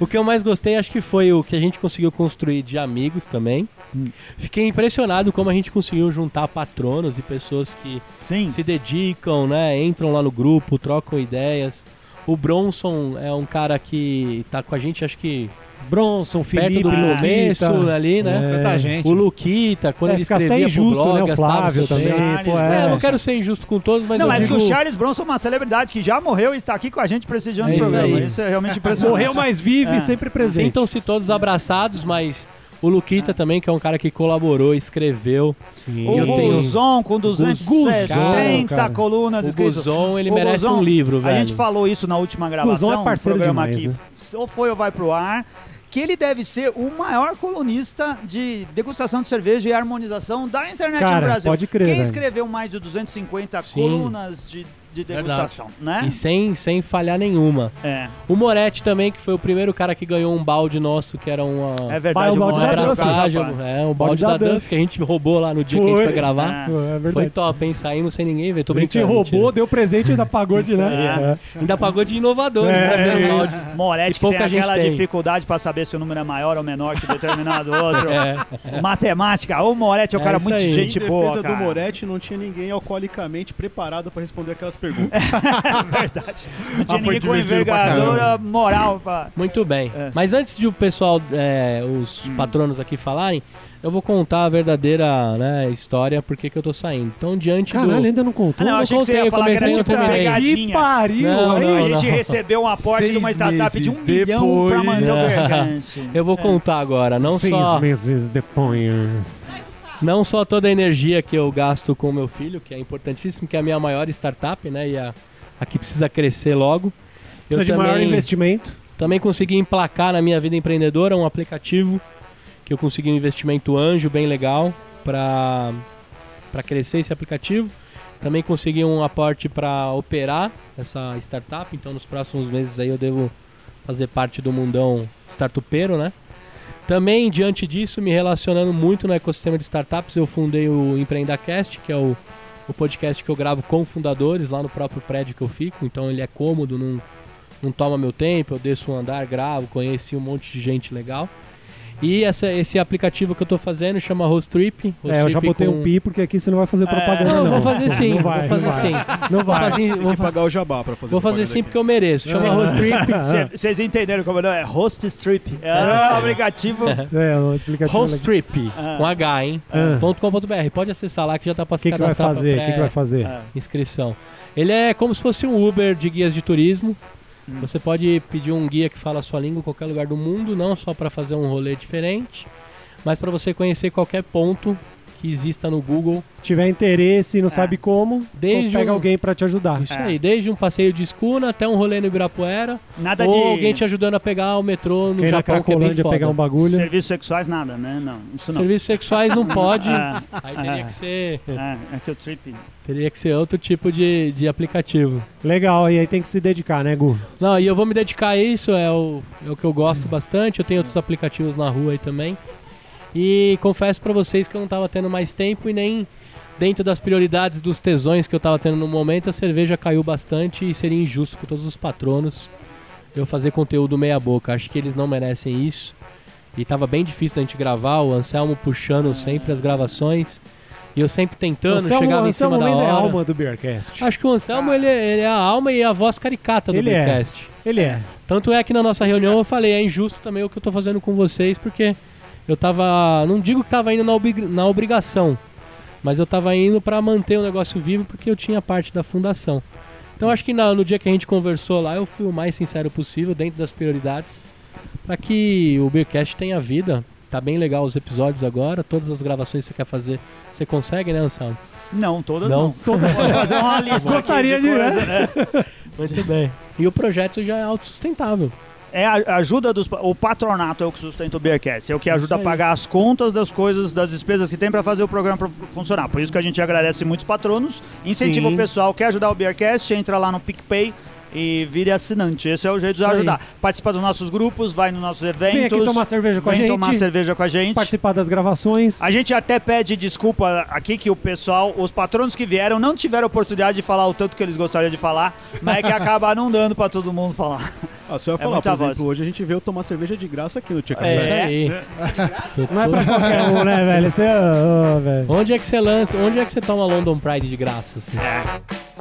S1: O que eu mais gostei acho que foi o que a gente conseguiu construir de amigos também.
S2: Hum.
S1: Fiquei impressionado como a gente conseguiu juntar patronos e pessoas que se dedicam, né? Entram lá no grupo, trocam ideias. O Bronson é um cara que tá com a gente, acho que.
S2: Bronson,
S1: Perto
S2: Felipe,
S3: né?
S1: do começo
S2: Luquita.
S1: ali, né?
S2: É. Tanta gente.
S1: O Luquita, quando
S2: É,
S1: ele
S2: fica até
S1: escrevia pro
S2: injusto,
S1: blog,
S2: né, o
S1: gastava
S2: Flávio
S1: seu
S2: também,
S1: tempo.
S2: pô,
S1: é,
S2: é.
S1: eu não quero ser injusto com todos, mas
S3: não,
S1: eu
S3: mas
S1: digo...
S3: que o Charles Bronson é uma celebridade que já morreu e está aqui com a gente prestigiando
S1: É
S3: o
S1: isso
S3: programa.
S1: aí.
S3: Isso é realmente impressionante. É.
S1: Sintam-se todos abraçados, mas o Luquita também, que é um cara que colaborou, escreveu. Sim.
S3: O Guzon com 270 colunas
S1: O
S3: escritas.
S1: Guzon, ele
S3: Ô,
S1: merece
S3: Guzon,
S1: um livro, velho.
S3: A gente falou isso na última gravação.
S2: um
S1: Guzon é parceiro
S3: no programa
S1: demais,
S3: aqui. Ou foi ou vai pro ar. Que ele deve ser o maior colunista de degustação de cerveja e harmonização da internet
S2: Cara,
S3: no Brasil.
S2: pode crer,
S3: Quem
S2: velho.
S3: escreveu mais de 250
S1: Sim.
S3: colunas de, de degustação, né?
S1: E sem, sem falhar nenhuma.
S3: É.
S1: O Moretti também, que foi o primeiro cara que ganhou um balde nosso, que era uma.
S3: É verdade, o
S1: um
S3: balde
S1: uma
S3: da Duff,
S1: abraçagem,
S3: rapaz.
S1: É, um balde,
S2: Balde da
S1: da, Duff,
S2: Duff.
S1: que a gente roubou lá no dia que a
S2: Foi.
S1: gente foi gravar.
S2: É. Foi, é verdade.
S1: Foi top, hein? Saímos sem ninguém ver. Tô
S2: A gente
S1: brincando.
S2: roubou, deu presente e ainda pagou de
S1: Isso aí,
S2: né?
S1: é. Ainda pagou de inovadores né,
S2: É,
S1: trazendo
S2: isso.
S1: baldes.
S3: Moretti
S1: E
S3: que tem
S1: pouca gente
S3: aquela
S1: tem.
S3: dificuldade pra saber se o número é maior ou menor que determinado outro.
S1: É.
S3: Matemática. O Moretti é um cara muito gente
S4: em
S3: boa,
S4: defesa
S3: cara.
S4: do Moretti, não tinha ninguém alcoolicamente preparado pra responder aquelas perguntas.
S3: É Verdade.
S1: Ah,
S3: Não tinha ninguém com envergadura moral pra...
S1: Muito bem.
S2: É.
S1: Mas antes de o pessoal, é, os
S2: Hum.
S1: patronos aqui falarem, eu vou contar a verdadeira né, história porque que eu tô saindo. Então, diante do...
S2: Caralho, ainda não contou?
S1: Ah, não,
S2: Não
S1: achei que você
S2: contei,
S1: ia
S2: eu
S1: falar que era
S2: comecei,
S1: tipo
S2: eu terminei.
S1: pegadinha.
S2: Que pariu!
S1: Não,
S2: aí.
S1: não,
S3: a gente
S1: não.
S3: recebeu um aporte de uma
S2: Seis
S3: startup de um
S2: meses
S3: milhão pra mandar o
S2: um
S3: Bergante.
S1: Eu vou contar agora, não
S2: Seis
S1: só...
S2: meses depois.
S1: Não só toda a energia que eu gasto com o meu filho, que é importantíssimo, que é a minha maior startup, né? E a, a que precisa crescer logo. Eu
S2: Precisa de maior investimento.
S1: Também consegui emplacar na minha vida empreendedora um aplicativo que eu consegui um investimento anjo bem legal para para crescer esse aplicativo. Também consegui um aporte para operar essa startup, então nos próximos meses aí eu devo fazer parte do mundão startupeiro, né? Também, diante disso, me relacionando muito no ecossistema de startups, eu fundei o EmpreendaCast, que é o, o podcast que eu gravo com fundadores lá no próprio prédio que eu fico. Então ele é cômodo, não, não toma meu tempo, eu desço um andar, gravo, conheci um monte de gente legal. E essa- esse aplicativo que eu tô fazendo chama Host Trip. Host
S2: É, eu já
S1: Trip
S2: botei
S1: com-
S2: um pi, porque aqui você não vai
S1: É.
S2: fazer propaganda,
S1: Não,
S2: não.
S1: vou fazer sim,
S2: Não vai,
S1: vou fazer
S2: não vai.
S1: sim.
S2: Não vai.
S1: Vou fazer, vou
S2: que
S1: fazer-
S4: pagar o jabá pra fazer
S1: Vou fazer
S4: propaganda
S1: sim porque eu mereço. Chama Host Trip.
S3: Vocês entenderam como é? não? É Host Strip. É
S1: Ah,
S3: um aplicativo.
S2: É, um explicativo.
S1: Host
S2: legal.
S1: Trip, com H, hein?
S2: Ah.
S1: Ponto .com.br. Pode acessar lá que já tá pra se
S2: Que que vai
S1: cadastrar pra É,
S2: fazer? Que que vai fazer?
S1: Inscrição. Ele é como se fosse um Uber de guias de turismo.
S3: Hum.
S1: Você pode pedir um guia que fala a sua língua em qualquer lugar do mundo, não só para fazer um rolê diferente, mas para você conhecer qualquer ponto que exista no Google.
S2: Se tiver interesse
S1: É.
S2: e não sabe como,
S1: Desde
S2: pega
S1: um-
S2: alguém pra
S3: É.
S2: te ajudar.
S1: Isso aí, desde um passeio de escuna até um rolê no Ibirapuera.
S3: Nada
S1: ou
S3: de-
S1: alguém te ajudando a pegar o metrô no
S2: Quem na
S1: Japão, que é bem
S2: Cracolândia
S1: foda.
S2: pegar um bagulho.
S3: Serviços sexuais, nada, né? Não, isso não.
S1: Serviços sexuais não pode.
S3: Ah,
S1: aí teria
S3: ah.
S1: que ser.
S3: É, é que o Trip.
S1: Teria que ser outro tipo de, de aplicativo.
S2: Legal, e aí tem que se dedicar, né, Gu?
S1: Não, e eu vou me dedicar a isso, é o, é o que eu gosto bastante. Eu tenho outros aplicativos na rua aí também. E confesso pra vocês que eu não tava tendo mais tempo e nem dentro das prioridades dos tesões que eu tava tendo no momento, a cerveja caiu bastante e seria injusto com todos os patronos eu fazer conteúdo meia boca. Acho que eles não merecem isso. E tava bem difícil da gente gravar, o Anselmo puxando sempre as gravações. E eu sempre tentando,
S2: Anselmo-
S1: chegava em
S2: Anselmo
S1: cima da
S2: Lenda
S1: hora.
S2: é a alma do Beercast.
S1: Acho que o Anselmo ele, ele é a alma e a voz caricata do
S2: Ele é.
S1: podcast.
S2: Ele é.
S1: Tanto é que na nossa reunião eu falei, é injusto também o que eu tô fazendo com vocês, porque eu tava. Não digo que tava indo na, obri- na obrigação, mas eu tava indo pra manter o negócio vivo porque eu tinha parte da fundação. Então acho que na- no dia que a gente conversou lá, eu fui o mais sincero possível, dentro das prioridades, pra que o Beercast tenha vida. Tá bem legal os episódios agora, todas as gravações que você quer fazer, você consegue, né, Anselmo?
S3: Não, toda
S1: Não.
S3: não. Toda pode fazer uma lista.
S2: Gostaria
S3: aqui
S2: de-
S3: coisa, né?
S1: Muito bem. E o projeto já é autossustentável.
S3: É a a ajuda dos. pa- O patronato é o que sustenta o Beercast. É o que ajuda a
S1: aí.
S3: pagar as contas das coisas, das despesas que tem para fazer o programa pro- funcionar. Por isso que a gente agradece muitos patronos. Incentiva
S1: Sim.
S3: o pessoal. Quer ajudar o Beercast? Entra lá no PicPay. E vire assinante. Esse é o jeito de
S1: aí.
S3: ajudar. Participa dos nossos grupos, vai nos nossos eventos.
S2: Vem aqui tomar cerveja com a
S3: vem
S2: gente.
S3: tomar cerveja com a gente.
S2: Participar das gravações.
S3: A gente até pede desculpa aqui que o pessoal, os patronos que vieram, não tiveram oportunidade de falar o tanto que eles gostariam de falar, mas é que acabar não dando pra todo mundo falar.
S4: Ah, só eu
S3: É
S4: falar, por
S3: muita
S4: exemplo,
S3: voz.
S4: hoje a gente veio tomar cerveja de graça aqui no Tia
S1: Isso
S4: Café. É.
S1: aí.
S2: Não é pra qualquer um, né, velho? Você, ô, ô, velho.
S1: Onde é que você lança? Onde é que você toma London Pride de graça? assim?
S2: É.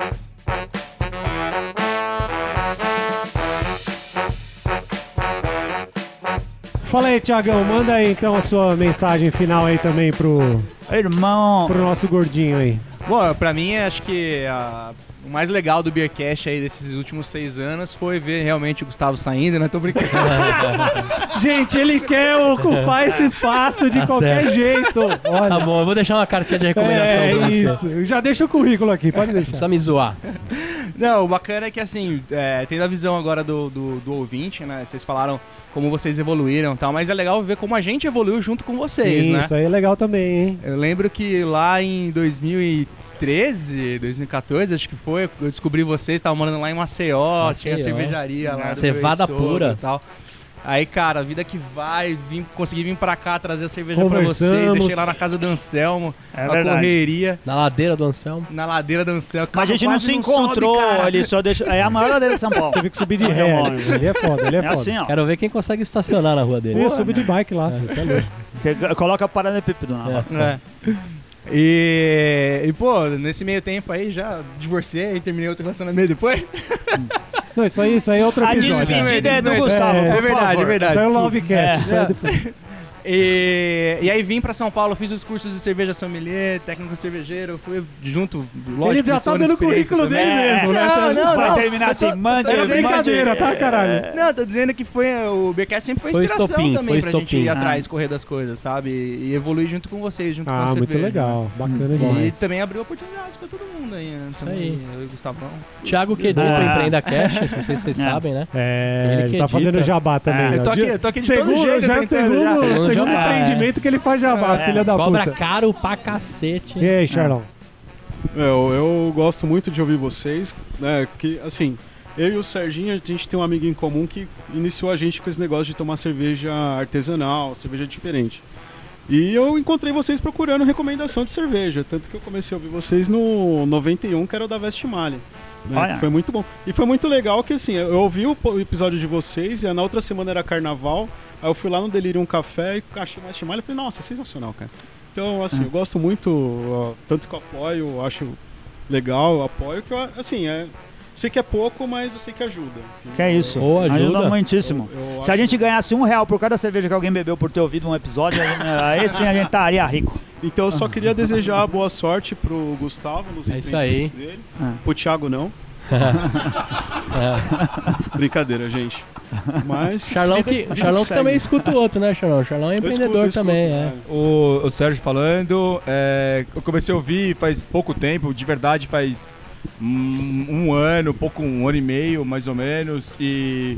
S2: Fala aí, Tiagão, manda aí então a sua mensagem final aí também pro,
S3: Irmão,
S2: pro nosso gordinho aí.
S6: Bom, pra mim, acho que a- o mais legal do Beercast aí desses últimos seis anos foi ver realmente o Gustavo saindo, né? Tô brincando.
S2: Gente, ele quer ocupar esse espaço de
S1: Tá
S2: qualquer
S1: certo.
S2: jeito.
S1: Tá
S2: Olha.
S1: bom, eu vou deixar uma cartinha de recomendação
S2: é
S1: pra você. Não
S2: isso. Já deixa o currículo aqui, pode deixar.
S1: precisa me zoar.
S6: Não, o bacana é que, assim, é, tendo a visão agora do, do, do ouvinte, né? Vocês falaram como vocês evoluíram e tal, mas é legal ver como a gente evoluiu junto com vocês,
S2: Sim,
S6: né?
S2: isso aí é legal também, hein?
S6: Eu lembro que lá em 2013, 2014, acho que foi, eu descobri vocês, estavam morando lá em Maceió,
S1: Maceió. é.
S6: tinha cervejaria lá. do
S1: Cevada
S6: meu sogro
S1: pura.
S6: E tal. Aí, cara, a vida que vai, vim, consegui vir pra cá trazer a cerveja pra vocês,
S2: Conversamos.
S6: deixei lá na casa do Anselmo,
S3: É
S6: na
S3: verdade.
S6: correria,
S1: Na ladeira do Anselmo.
S6: na ladeira do Anselmo.
S3: mas a gente
S6: Cara,
S3: não
S6: quase
S3: se
S6: sobe,
S3: encontrou,
S6: cara.
S3: ele só deixou. É a maior ladeira de São Paulo.
S2: Teve que subir de
S1: Ah,
S3: Não,
S2: ré.
S3: não,
S2: né? Ele é foda, ele é,
S3: É
S2: foda.
S3: assim, ó.
S1: Quero ver quem consegue estacionar na rua dele.
S2: Eu subi de bike lá, filho, você é louco.
S3: Você coloca paralelepípedo na roda.
S6: É. E, e, pô, nesse meio tempo aí já divorciei e terminei outro relacionamento depois.
S2: Não, isso aí, isso aí é outro
S3: A
S2: episódio.
S3: despedida é do Gustavo.
S2: É,
S6: É,
S3: por
S6: verdade,
S3: favor.
S6: é verdade.
S2: Isso aí é o Lovecast. Isso aí é depois.
S6: E, e aí vim pra São Paulo, fiz os cursos de cerveja sommelier, técnico cervejeiro, fui junto, lógico.
S2: Ele já
S6: isso
S2: tá
S6: foi uma
S2: dando o
S6: experiência
S2: currículo
S6: também.
S2: dele
S3: É,
S2: mesmo, né?
S6: Não, não,
S3: Vai
S6: não.
S3: terminar
S6: Eu tô-
S3: assim, mande,
S1: né?
S6: eu tô
S2: É
S3: mande.
S2: brincadeira, tá, caralho?
S6: Não, tô dizendo que foi o BKS sempre foi
S1: É. Foi
S6: inspiração
S1: estopim,
S6: também
S1: foi
S6: pra gente
S1: estopim. Ah.
S6: ir
S3: Ah.
S6: atrás, correr das coisas, sabe? E evoluir junto com vocês, junto com a
S2: Ah, muito
S6: cerveja.
S2: legal. Bacana
S6: E
S2: Ah, demais.
S6: também abriu oportunidades pra todo mundo aí, né? Também,
S4: Então,
S6: Eu e o Gustavão. Ah.
S1: Thiago que edita o Empreenda Cash, não sei se vocês sabem, né?
S2: Ah. É,
S1: Ele
S2: ele
S1: que
S2: tá
S1: edita.
S2: fazendo jabá também. né?
S6: eu tô
S2: ó.
S6: aqui- eu tô aqui de todo
S2: segundo,
S6: jeito
S2: já
S6: tentando,
S2: segundo,
S6: já.
S2: segundo,
S1: Segundo jabá, É.
S2: empreendimento que ele faz jabá, filha da
S1: Cobra
S2: puta.
S1: caro pra cacete.
S2: E aí, Charlão?
S4: Meu, É. eu gosto muito de ouvir vocês, né? Que assim, eu e o Serginho, a gente tem um amigo em comum que iniciou a gente com esse negócio de tomar cerveja artesanal, cerveja diferente. E eu encontrei vocês um, procurando recomendação de cerveja, tanto que eu comecei a ouvir vocês no 91, que era o da Vestmale. né?
S3: Olha.
S4: Foi muito bom. E foi muito legal que, assim, eu ouvi o po- o episódio de vocês e na outra semana era carnaval. Aí eu fui lá no Delirium Café e achei mais chimalha e falei, nossa, sensacional, cara. Então, assim, eu gosto muito, ó, tanto que eu apoio, eu acho legal, eu apoio, que eu, assim, é. Sei que é pouco, mas eu sei que ajuda. entendeu?
S3: Que é isso.
S1: Ô,
S3: ajuda.
S1: ajuda.
S3: muitíssimo.
S4: Eu- eu
S3: Se a
S4: acho-
S3: gente ganhasse um real por cada cerveja que alguém bebeu por ter ouvido um episódio, aí aí sim a gente estaria rico.
S4: Então eu só queria desejar boa sorte pro Gustavo nos
S1: Ah. É isso aí.
S4: empreendimentos dele.
S3: Ah.
S4: Pro Thiago não. Brincadeira, gente. Mas.
S1: É. Charlão
S4: vida-
S1: que,
S4: vida
S1: Charlão que
S4: segue.
S1: também escuta o outro, né, Charlão? Charlão é
S4: Eu escuto,
S1: empreendedor
S4: eu escuto,
S1: também, é.
S4: né?
S9: O, o Sérgio falando, é, eu comecei a ouvir faz pouco tempo, de verdade faz um, um ano, pouco um ano e meio, mais ou menos, e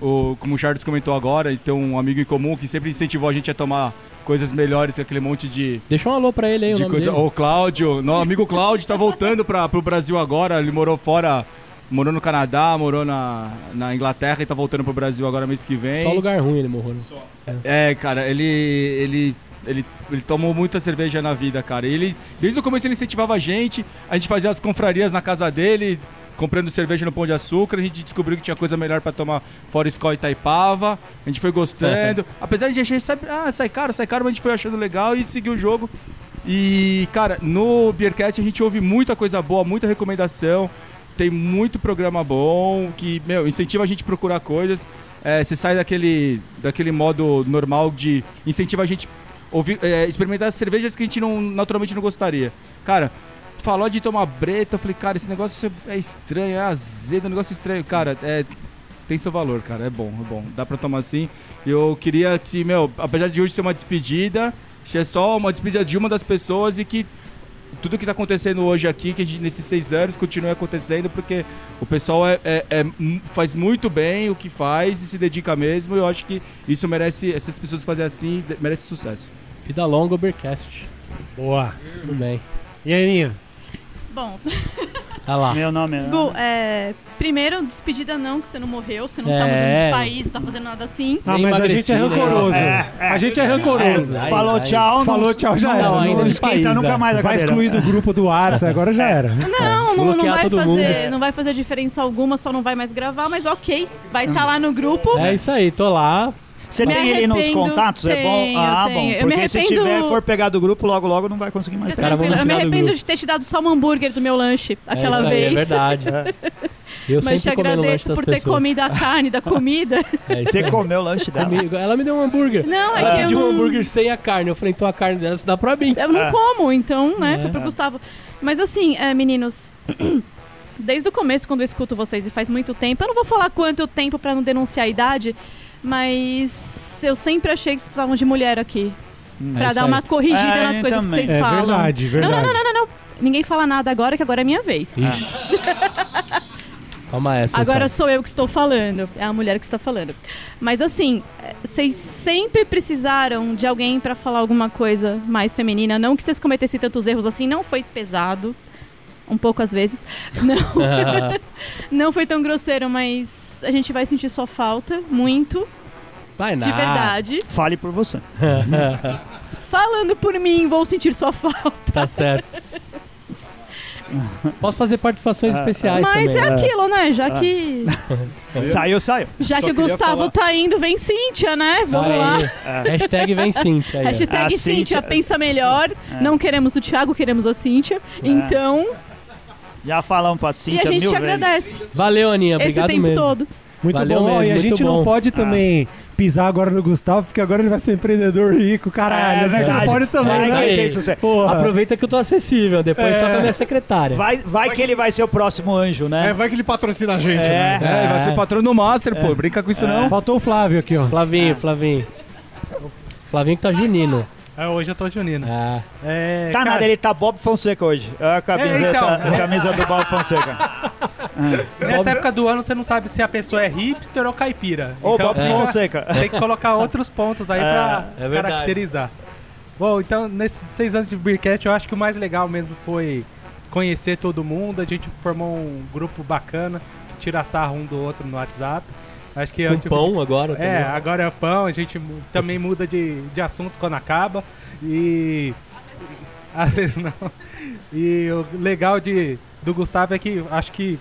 S9: o, como o Charles comentou agora, então um amigo em comum que sempre incentivou a gente a tomar coisas melhores que aquele monte de,
S1: Deixa um alô pra ele aí, o
S9: de
S1: nome
S9: coisa.
S1: dele.
S9: O Cláudio, nosso amigo Cláudio tá voltando para pro Brasil agora, ele morou fora, morou no Canadá, morou na, na Inglaterra e tá voltando pro Brasil agora mês que vem.
S1: Só lugar ruim ele morreu. né?
S9: É, cara, ele, ele, ele, ele tomou muita cerveja na vida, cara. E Ele, desde o começo ele incentivava a gente, a gente fazia as confrarias na casa dele, comprando cerveja no Pão de Açúcar, a gente descobriu que tinha coisa melhor pra tomar fora Skol e Taipava, a gente foi gostando. Apesar de a gente sabe, ah, sai caro, sai caro, mas a gente foi achando legal e seguiu o jogo. E, cara, no Beercast a gente ouve muita coisa boa, muita recomendação. Tem muito programa bom que, meu, incentiva a gente a procurar coisas. É, você sai daquele, daquele modo normal de incentiva a gente a ouvir, é, experimentar cervejas que a gente não, naturalmente não gostaria. Cara, falou de tomar breta, eu falei, cara, esse negócio é estranho, é azedo, é um negócio estranho. Cara, é, tem seu valor, cara, é bom, é bom. Dá pra tomar assim. Eu queria que, meu, apesar de hoje ser uma despedida, é só uma despedida de uma das pessoas e que tudo que tá acontecendo hoje aqui, que a gente, nesses seis anos, continue acontecendo, porque o pessoal é, é- é mu- faz muito bem o que faz e se dedica mesmo. E eu acho que isso merece, essas pessoas fazerem assim, de- merece sucesso.
S1: Vida longa, Ubercast.
S2: Boa.
S1: Tudo bem.
S2: E aí, Aninha?
S7: Bom,
S1: Tá lá.
S3: Meu nome é.
S7: Gu, é, primeiro, despedida não, que você não morreu, você não tá
S1: É.
S7: mudando de país, não tá fazendo nada assim.
S2: Ah,
S1: Nem
S2: mas a gente é
S1: emagreci, né?
S2: rancoroso. A gente é rancoroso.
S1: Ai,
S3: Falou
S1: ai.
S3: tchau, não-
S2: Falou tchau, já
S1: Não,
S2: era. Não,
S1: ainda
S3: Não
S1: de
S3: esquenta
S1: país,
S3: nunca
S1: é.
S3: mais a
S2: vai
S3: cadeira.
S2: excluir do grupo do WhatsApp, agora já era.
S7: Não, não, não
S1: bloquear
S7: vai
S1: todo
S7: fazer,
S1: mundo.
S7: não vai fazer diferença alguma, só não vai mais gravar, mas ok, vai estar lá no grupo.
S1: É isso aí, tô lá.
S3: Você
S7: Me
S3: tem ele nos
S7: arrependo,
S3: contatos? é bom?
S7: tenho,
S3: Ah,
S7: tenho.
S3: bom.
S7: Eu me
S3: Porque se
S7: arrependo-
S3: tiver, for pegar do grupo, logo, logo não vai conseguir mais.
S7: Fica
S1: caras vão
S7: tranquilo. eu me
S1: tirar do
S7: arrependo
S1: grupo.
S7: de ter te dado só um hambúrguer do meu lanche aquela
S1: é isso
S7: vez.
S1: Aí, é verdade. Eu
S7: Mas te
S1: sempre comendo lanche
S7: agradeço
S1: das
S7: por ter
S1: pessoas.
S7: comido a carne da comida.
S1: É isso
S3: Você
S1: aí.
S3: comeu o lanche dela.
S1: Comigo. Ela me deu um hambúrguer.
S7: Não, é
S1: Ela
S7: que eu
S1: pediu um
S7: não-
S1: hambúrguer sem a carne. Eu falei, então a carne dela se dá pra mim.
S7: Eu não
S3: Ah.
S2: Ah.
S7: como, então, né?
S1: É.
S7: Foi pro Gustavo. Mas assim, é, meninos, desde o começo, quando eu escuto vocês, e faz muito tempo, eu não vou falar quanto tempo pra não denunciar a idade, mas eu sempre achei que vocês precisavam de mulher aqui.
S1: É
S7: Pra
S1: isso
S7: dar
S1: aí.
S7: uma corrigida
S3: É,
S7: nas coisas
S3: também.
S7: que vocês
S2: É
S7: falam.
S2: verdade,
S7: Não,
S2: verdade.
S7: não, não, não, não, não. Ninguém fala nada agora, que agora é minha vez.
S1: Toma essa.
S7: Agora
S1: Sá.
S7: sou eu que estou falando, é a mulher que está falando. Mas assim, eh, vocês sempre precisaram de alguém para falar alguma coisa mais feminina. Não que vocês cometessem tantos erros assim, não foi pesado. Um pouco às vezes. Não, não foi tão grosseiro, mas a gente vai sentir sua falta muito,
S1: Vai nada.
S7: de verdade.
S3: Fale por você.
S7: Falando por mim, vou sentir sua falta.
S1: Tá certo. Posso fazer participações
S3: Ah,
S1: especiais
S7: Mas
S1: também. Ah.
S7: é aquilo, né? Já que,
S3: Saiu, saiu.
S7: já
S4: Só
S7: que o
S4: queria
S7: Gustavo
S4: falar-
S7: tá indo, vem Cíntia, né? Vamos
S1: Tá Aí.
S7: lá.
S1: Hashtag vem Cintia aí, ó.
S4: Ah,
S7: Hashtag
S3: A
S7: Cíntia,
S3: Cíntia-
S7: pensa melhor.
S4: É.
S7: Não queremos o Thiago, queremos a Cíntia. Então,
S3: Já falamos pra Cíntia
S7: e a gente
S3: mil
S7: te
S3: vezes.
S7: agradece
S1: Valeu, Aninha.
S7: esse
S1: Obrigado
S7: tempo
S1: mesmo.
S7: todo.
S2: Muito
S1: Valeu
S2: bom.
S1: mesmo,
S2: e a
S1: muito
S2: gente
S1: bom.
S2: não
S3: Ah.
S2: pode também pisar agora no Gustavo, porque agora ele vai ser um empreendedor rico, caralho.
S3: É
S2: a gente
S3: verdade.
S2: não pode
S1: É
S2: também,
S3: Vai,
S1: isso
S2: né?
S1: aí.
S3: que isso, Zé.
S2: Porra.
S1: Aproveita que eu tô acessível. Depois
S2: É.
S1: só com a minha secretária.
S3: Vai, vai que ele vai ser o próximo anjo,
S5: É,
S3: né?
S5: vai que ele patrocina a gente, né?
S3: É.
S9: É, vai ser patrão do Master, pô, brinca com isso
S1: É.
S9: não.
S2: Faltou o Flávio aqui, ó.
S1: Flavinho, Flavinho. Flavinho que tá junino.
S10: É, hoje eu tô junino.
S1: Ah,
S10: É,
S3: Tá
S10: cara,
S3: nada, ele tá Bob Fonseca hoje. É a camisa,
S10: É, então.
S3: a camisa do Bob Fonseca.
S10: Nessa época do ano você não sabe se a pessoa é hipster ou caipira. Então,
S3: Ô, Bob
S10: fica-
S3: Fonseca.
S10: Tem que colocar outros pontos aí pra
S1: é verdade.
S10: caracterizar. Bom, então, nesses seis anos de Beercast, eu acho que o mais legal mesmo foi conhecer todo mundo. A gente formou um grupo bacana que tira sarro um do outro no WhatsApp. Acho que é o
S1: com
S10: tipo de-
S1: pão agora.
S10: É,
S1: também.
S10: agora é pão. A gente mu- também muda de, de assunto quando acaba. E. Às vezes não. E o legal de, do Gustavo é que acho que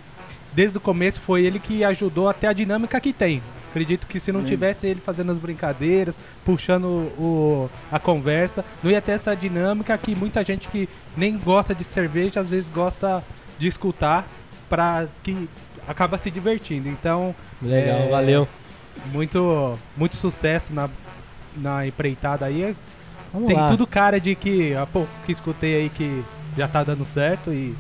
S10: desde o começo foi ele que ajudou até a dinâmica que tem. Acredito que se não tivesse ele fazendo as brincadeiras, puxando o, a conversa, não ia ter essa dinâmica que muita gente que nem gosta de cerveja, às vezes gosta de escutar, pra que acaba se divertindo. Então,
S1: Legal,
S10: É.
S1: valeu.
S10: muito, muito sucesso na, na empreitada aí.
S1: Vamos
S10: Tem
S1: lá.
S10: tudo cara de que há pouco que escutei aí que já tá dando certo e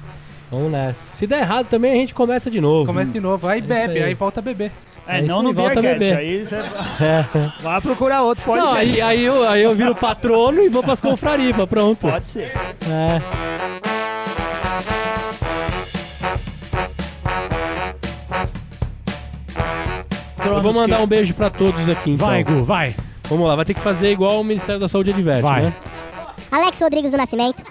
S1: Vamos nessa. Se der errado também, a gente começa de novo. É
S10: começa de novo. Aí
S1: isso
S10: bebe,
S1: aí.
S10: aí. volta a beber.
S3: É,
S1: É isso
S3: não
S1: aí,
S3: no
S1: volta a
S3: Beercast.
S1: beber.
S3: Aí você vai procurar outro
S1: Não,
S3: podcast.
S1: aí, aí, eu, aí eu viro patrono e vou pras confraripas, pronto.
S3: Pode ser.
S1: É. Eu vou mandar um beijo pra todos aqui, então.
S2: Vai, Gu, vai.
S1: Vamos lá, vai ter que fazer igual o Ministério da Saúde adverte,
S2: Vai.
S1: né?
S11: Alex Rodrigues do Nascimento,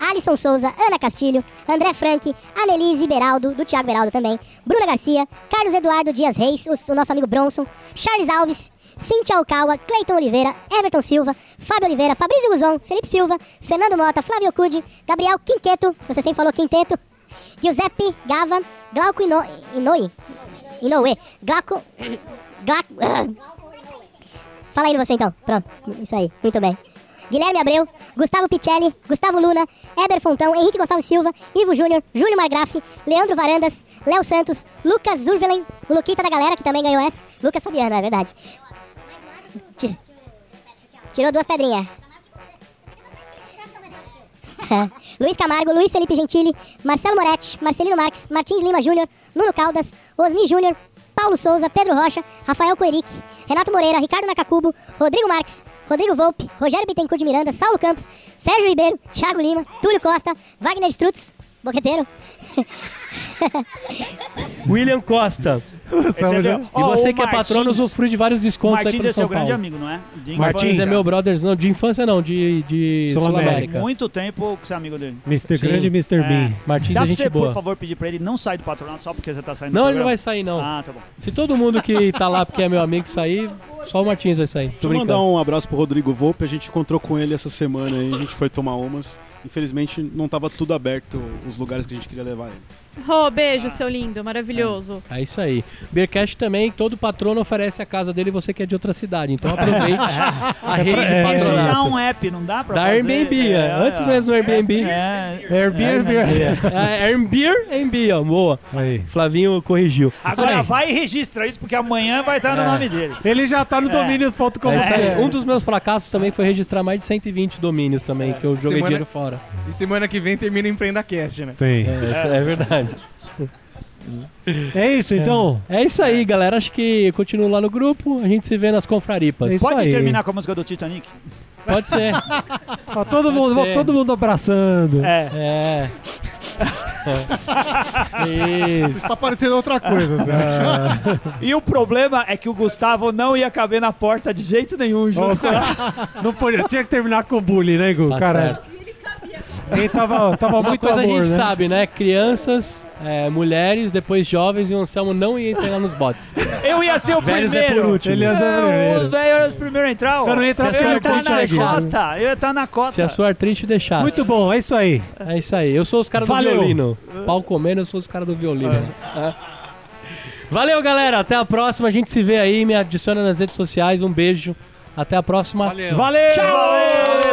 S11: Alisson Souza, Ana Castilho, André Frank, Anelise Beraldo, do Thiago Beraldo também, Bruna Garcia, Carlos Eduardo Dias Reis, o, o nosso amigo Bronson, Charles Alves, Cintia Alcaua, Cleiton Oliveira, Everton Silva, Fábio Oliveira, Fabrício Guzon, Felipe Silva, Fernando Mota, Flávio Cude, Gabriel Quinteto, você sempre falou Quinteto, Giuseppe Gava, Glauco Ino, Inoi, Inoue, Glauco... Glauco... Fala aí você então. Pronto, isso aí. Muito bem. Guilherme Abreu, Gustavo Picelli, Gustavo Luna, Eber Fontão, Henrique Gonçalves Silva, Ivo Júnior, Júlio Margraf, Leandro Varandas, Léo Santos, Lucas Zurvelen, o Luquita da galera que também ganhou essa, Lucas Fabiano, é verdade. Ti- Tirou duas pedrinhas. Luiz Camargo, Luiz Felipe Gentili, Marcelo Moretti, Marcelino Marques, Martins Lima Júnior, Nuno Caldas, Osni Júnior, Paulo Souza, Pedro Rocha, Rafael Coeric, Renato Moreira, Ricardo Nakakubo, Rodrigo Marques, Rodrigo Volpe, Rogério Bittencourt de Miranda, Saulo Campos, Sérgio Ribeiro, Thiago Lima, Túlio Costa, Wagner Strutz, Boqueteiro,
S1: William Costa.
S3: Esse é
S2: já-
S3: de-
S1: E
S3: Ó,
S1: você
S3: o
S1: que é patrono
S3: Martins-
S1: usufrui de vários descontos aí
S3: Martins
S1: pelo
S3: é
S1: São
S3: seu grande
S1: Paulo.
S3: amigo, não é? De
S2: Martins
S1: Martins é
S3: infância.
S1: meu brother, não, de infância não, de, de
S2: Sul-América.
S1: Sul-América.
S3: Muito tempo que você é amigo dele.
S2: Mr.
S1: Sim.
S2: Grande Mr. Bean.
S1: Martins
S3: Dá
S1: é
S3: pra
S1: gente
S3: você,
S1: boa.
S3: por favor, pedir pra ele não sair do patronato só porque você tá saindo
S1: Não,
S3: do
S1: ele não
S3: programa?
S1: vai sair, não.
S3: Ah, tá bom.
S1: Se todo mundo que tá lá porque é meu amigo sair, só o Martins vai sair.
S4: Deixa
S1: Tô
S4: eu mandar
S1: brincando.
S4: um abraço pro Rodrigo Volpe. A gente encontrou com ele essa semana aí, a gente foi tomar umas. Infelizmente não tava tudo aberto os lugares que a gente queria levar ele.
S7: Rô, beijo, seu lindo, maravilhoso.
S1: É isso aí. Beercast também, todo patrono oferece a casa dele você que é de outra cidade. Então aproveite a rede de
S2: é,
S3: Isso dá
S1: patronato.
S3: um app, não dá pra
S1: Da
S3: fazer?
S1: Airbnb,
S3: É,
S1: é. antes
S3: é,
S1: mesmo do Airbnb.
S3: É.
S2: Airbnb.
S1: É, Airbnb, Airbnb, ó, boa.
S2: Aí.
S1: Flavinho corrigiu.
S3: Agora vai e registra isso, porque amanhã vai estar no
S1: É.
S3: nome dele.
S2: Ele já tá no domínios.com.
S1: É isso aí. Um dos meus fracassos também foi registrar mais de 120 domínios também,
S3: É.
S1: que eu joguei
S6: Semana-
S1: dinheiro fora.
S6: E semana que vem termina o EmpreendaCast, né?
S2: Tem.
S1: É, isso é verdade.
S2: É isso, então.
S1: É isso aí, galera. Acho que continua lá no grupo. A gente se vê nas confraripas.
S2: É isso
S3: Pode
S2: aí.
S3: terminar com a música do Titanic?
S1: Pode ser.
S2: Ó, todo,
S1: Pode
S2: mundo,
S1: ser.
S2: todo mundo abraçando.
S3: É.
S1: É. É. Isso.
S5: Tá parecendo outra coisa, Zé.
S3: E o problema é que o Gustavo não ia caber na porta de jeito nenhum, Ju.
S2: Nossa. Não podia, tinha que terminar com o bullying, né, Gu?
S1: Tá
S2: Cara,
S1: certo.
S2: ele tava, tava
S1: Uma
S2: muito
S1: coisa
S2: amor,
S1: a gente
S2: né?
S1: sabe, né? Crianças, é, mulheres, depois jovens e o Anselmo não ia entrar nos bots.
S3: Eu ia ser o
S1: Velhos é por
S3: primeiro.
S1: último.
S2: Ele ia ser o primeiro.
S3: Os velhos eram os primeiros a entrar.
S2: Você
S3: ó.
S2: não entra
S1: Se a
S3: Eu ia
S1: sua
S2: primeiro,
S3: estar
S1: Não
S3: na
S1: consegue.
S3: cota. Eu ia estar na cota.
S1: Se a sua artrite deixasse.
S2: Muito bom, é isso aí.
S1: É isso aí. Eu sou os caras do
S2: Valeu.
S1: violino. Pau comendo, eu sou os caras do violino. É. Valeu, galera. Até a próxima. A gente se vê aí. Me adiciona nas redes sociais. Um beijo. Até a próxima.
S5: Valeu.
S2: Valeu!
S1: Tchau!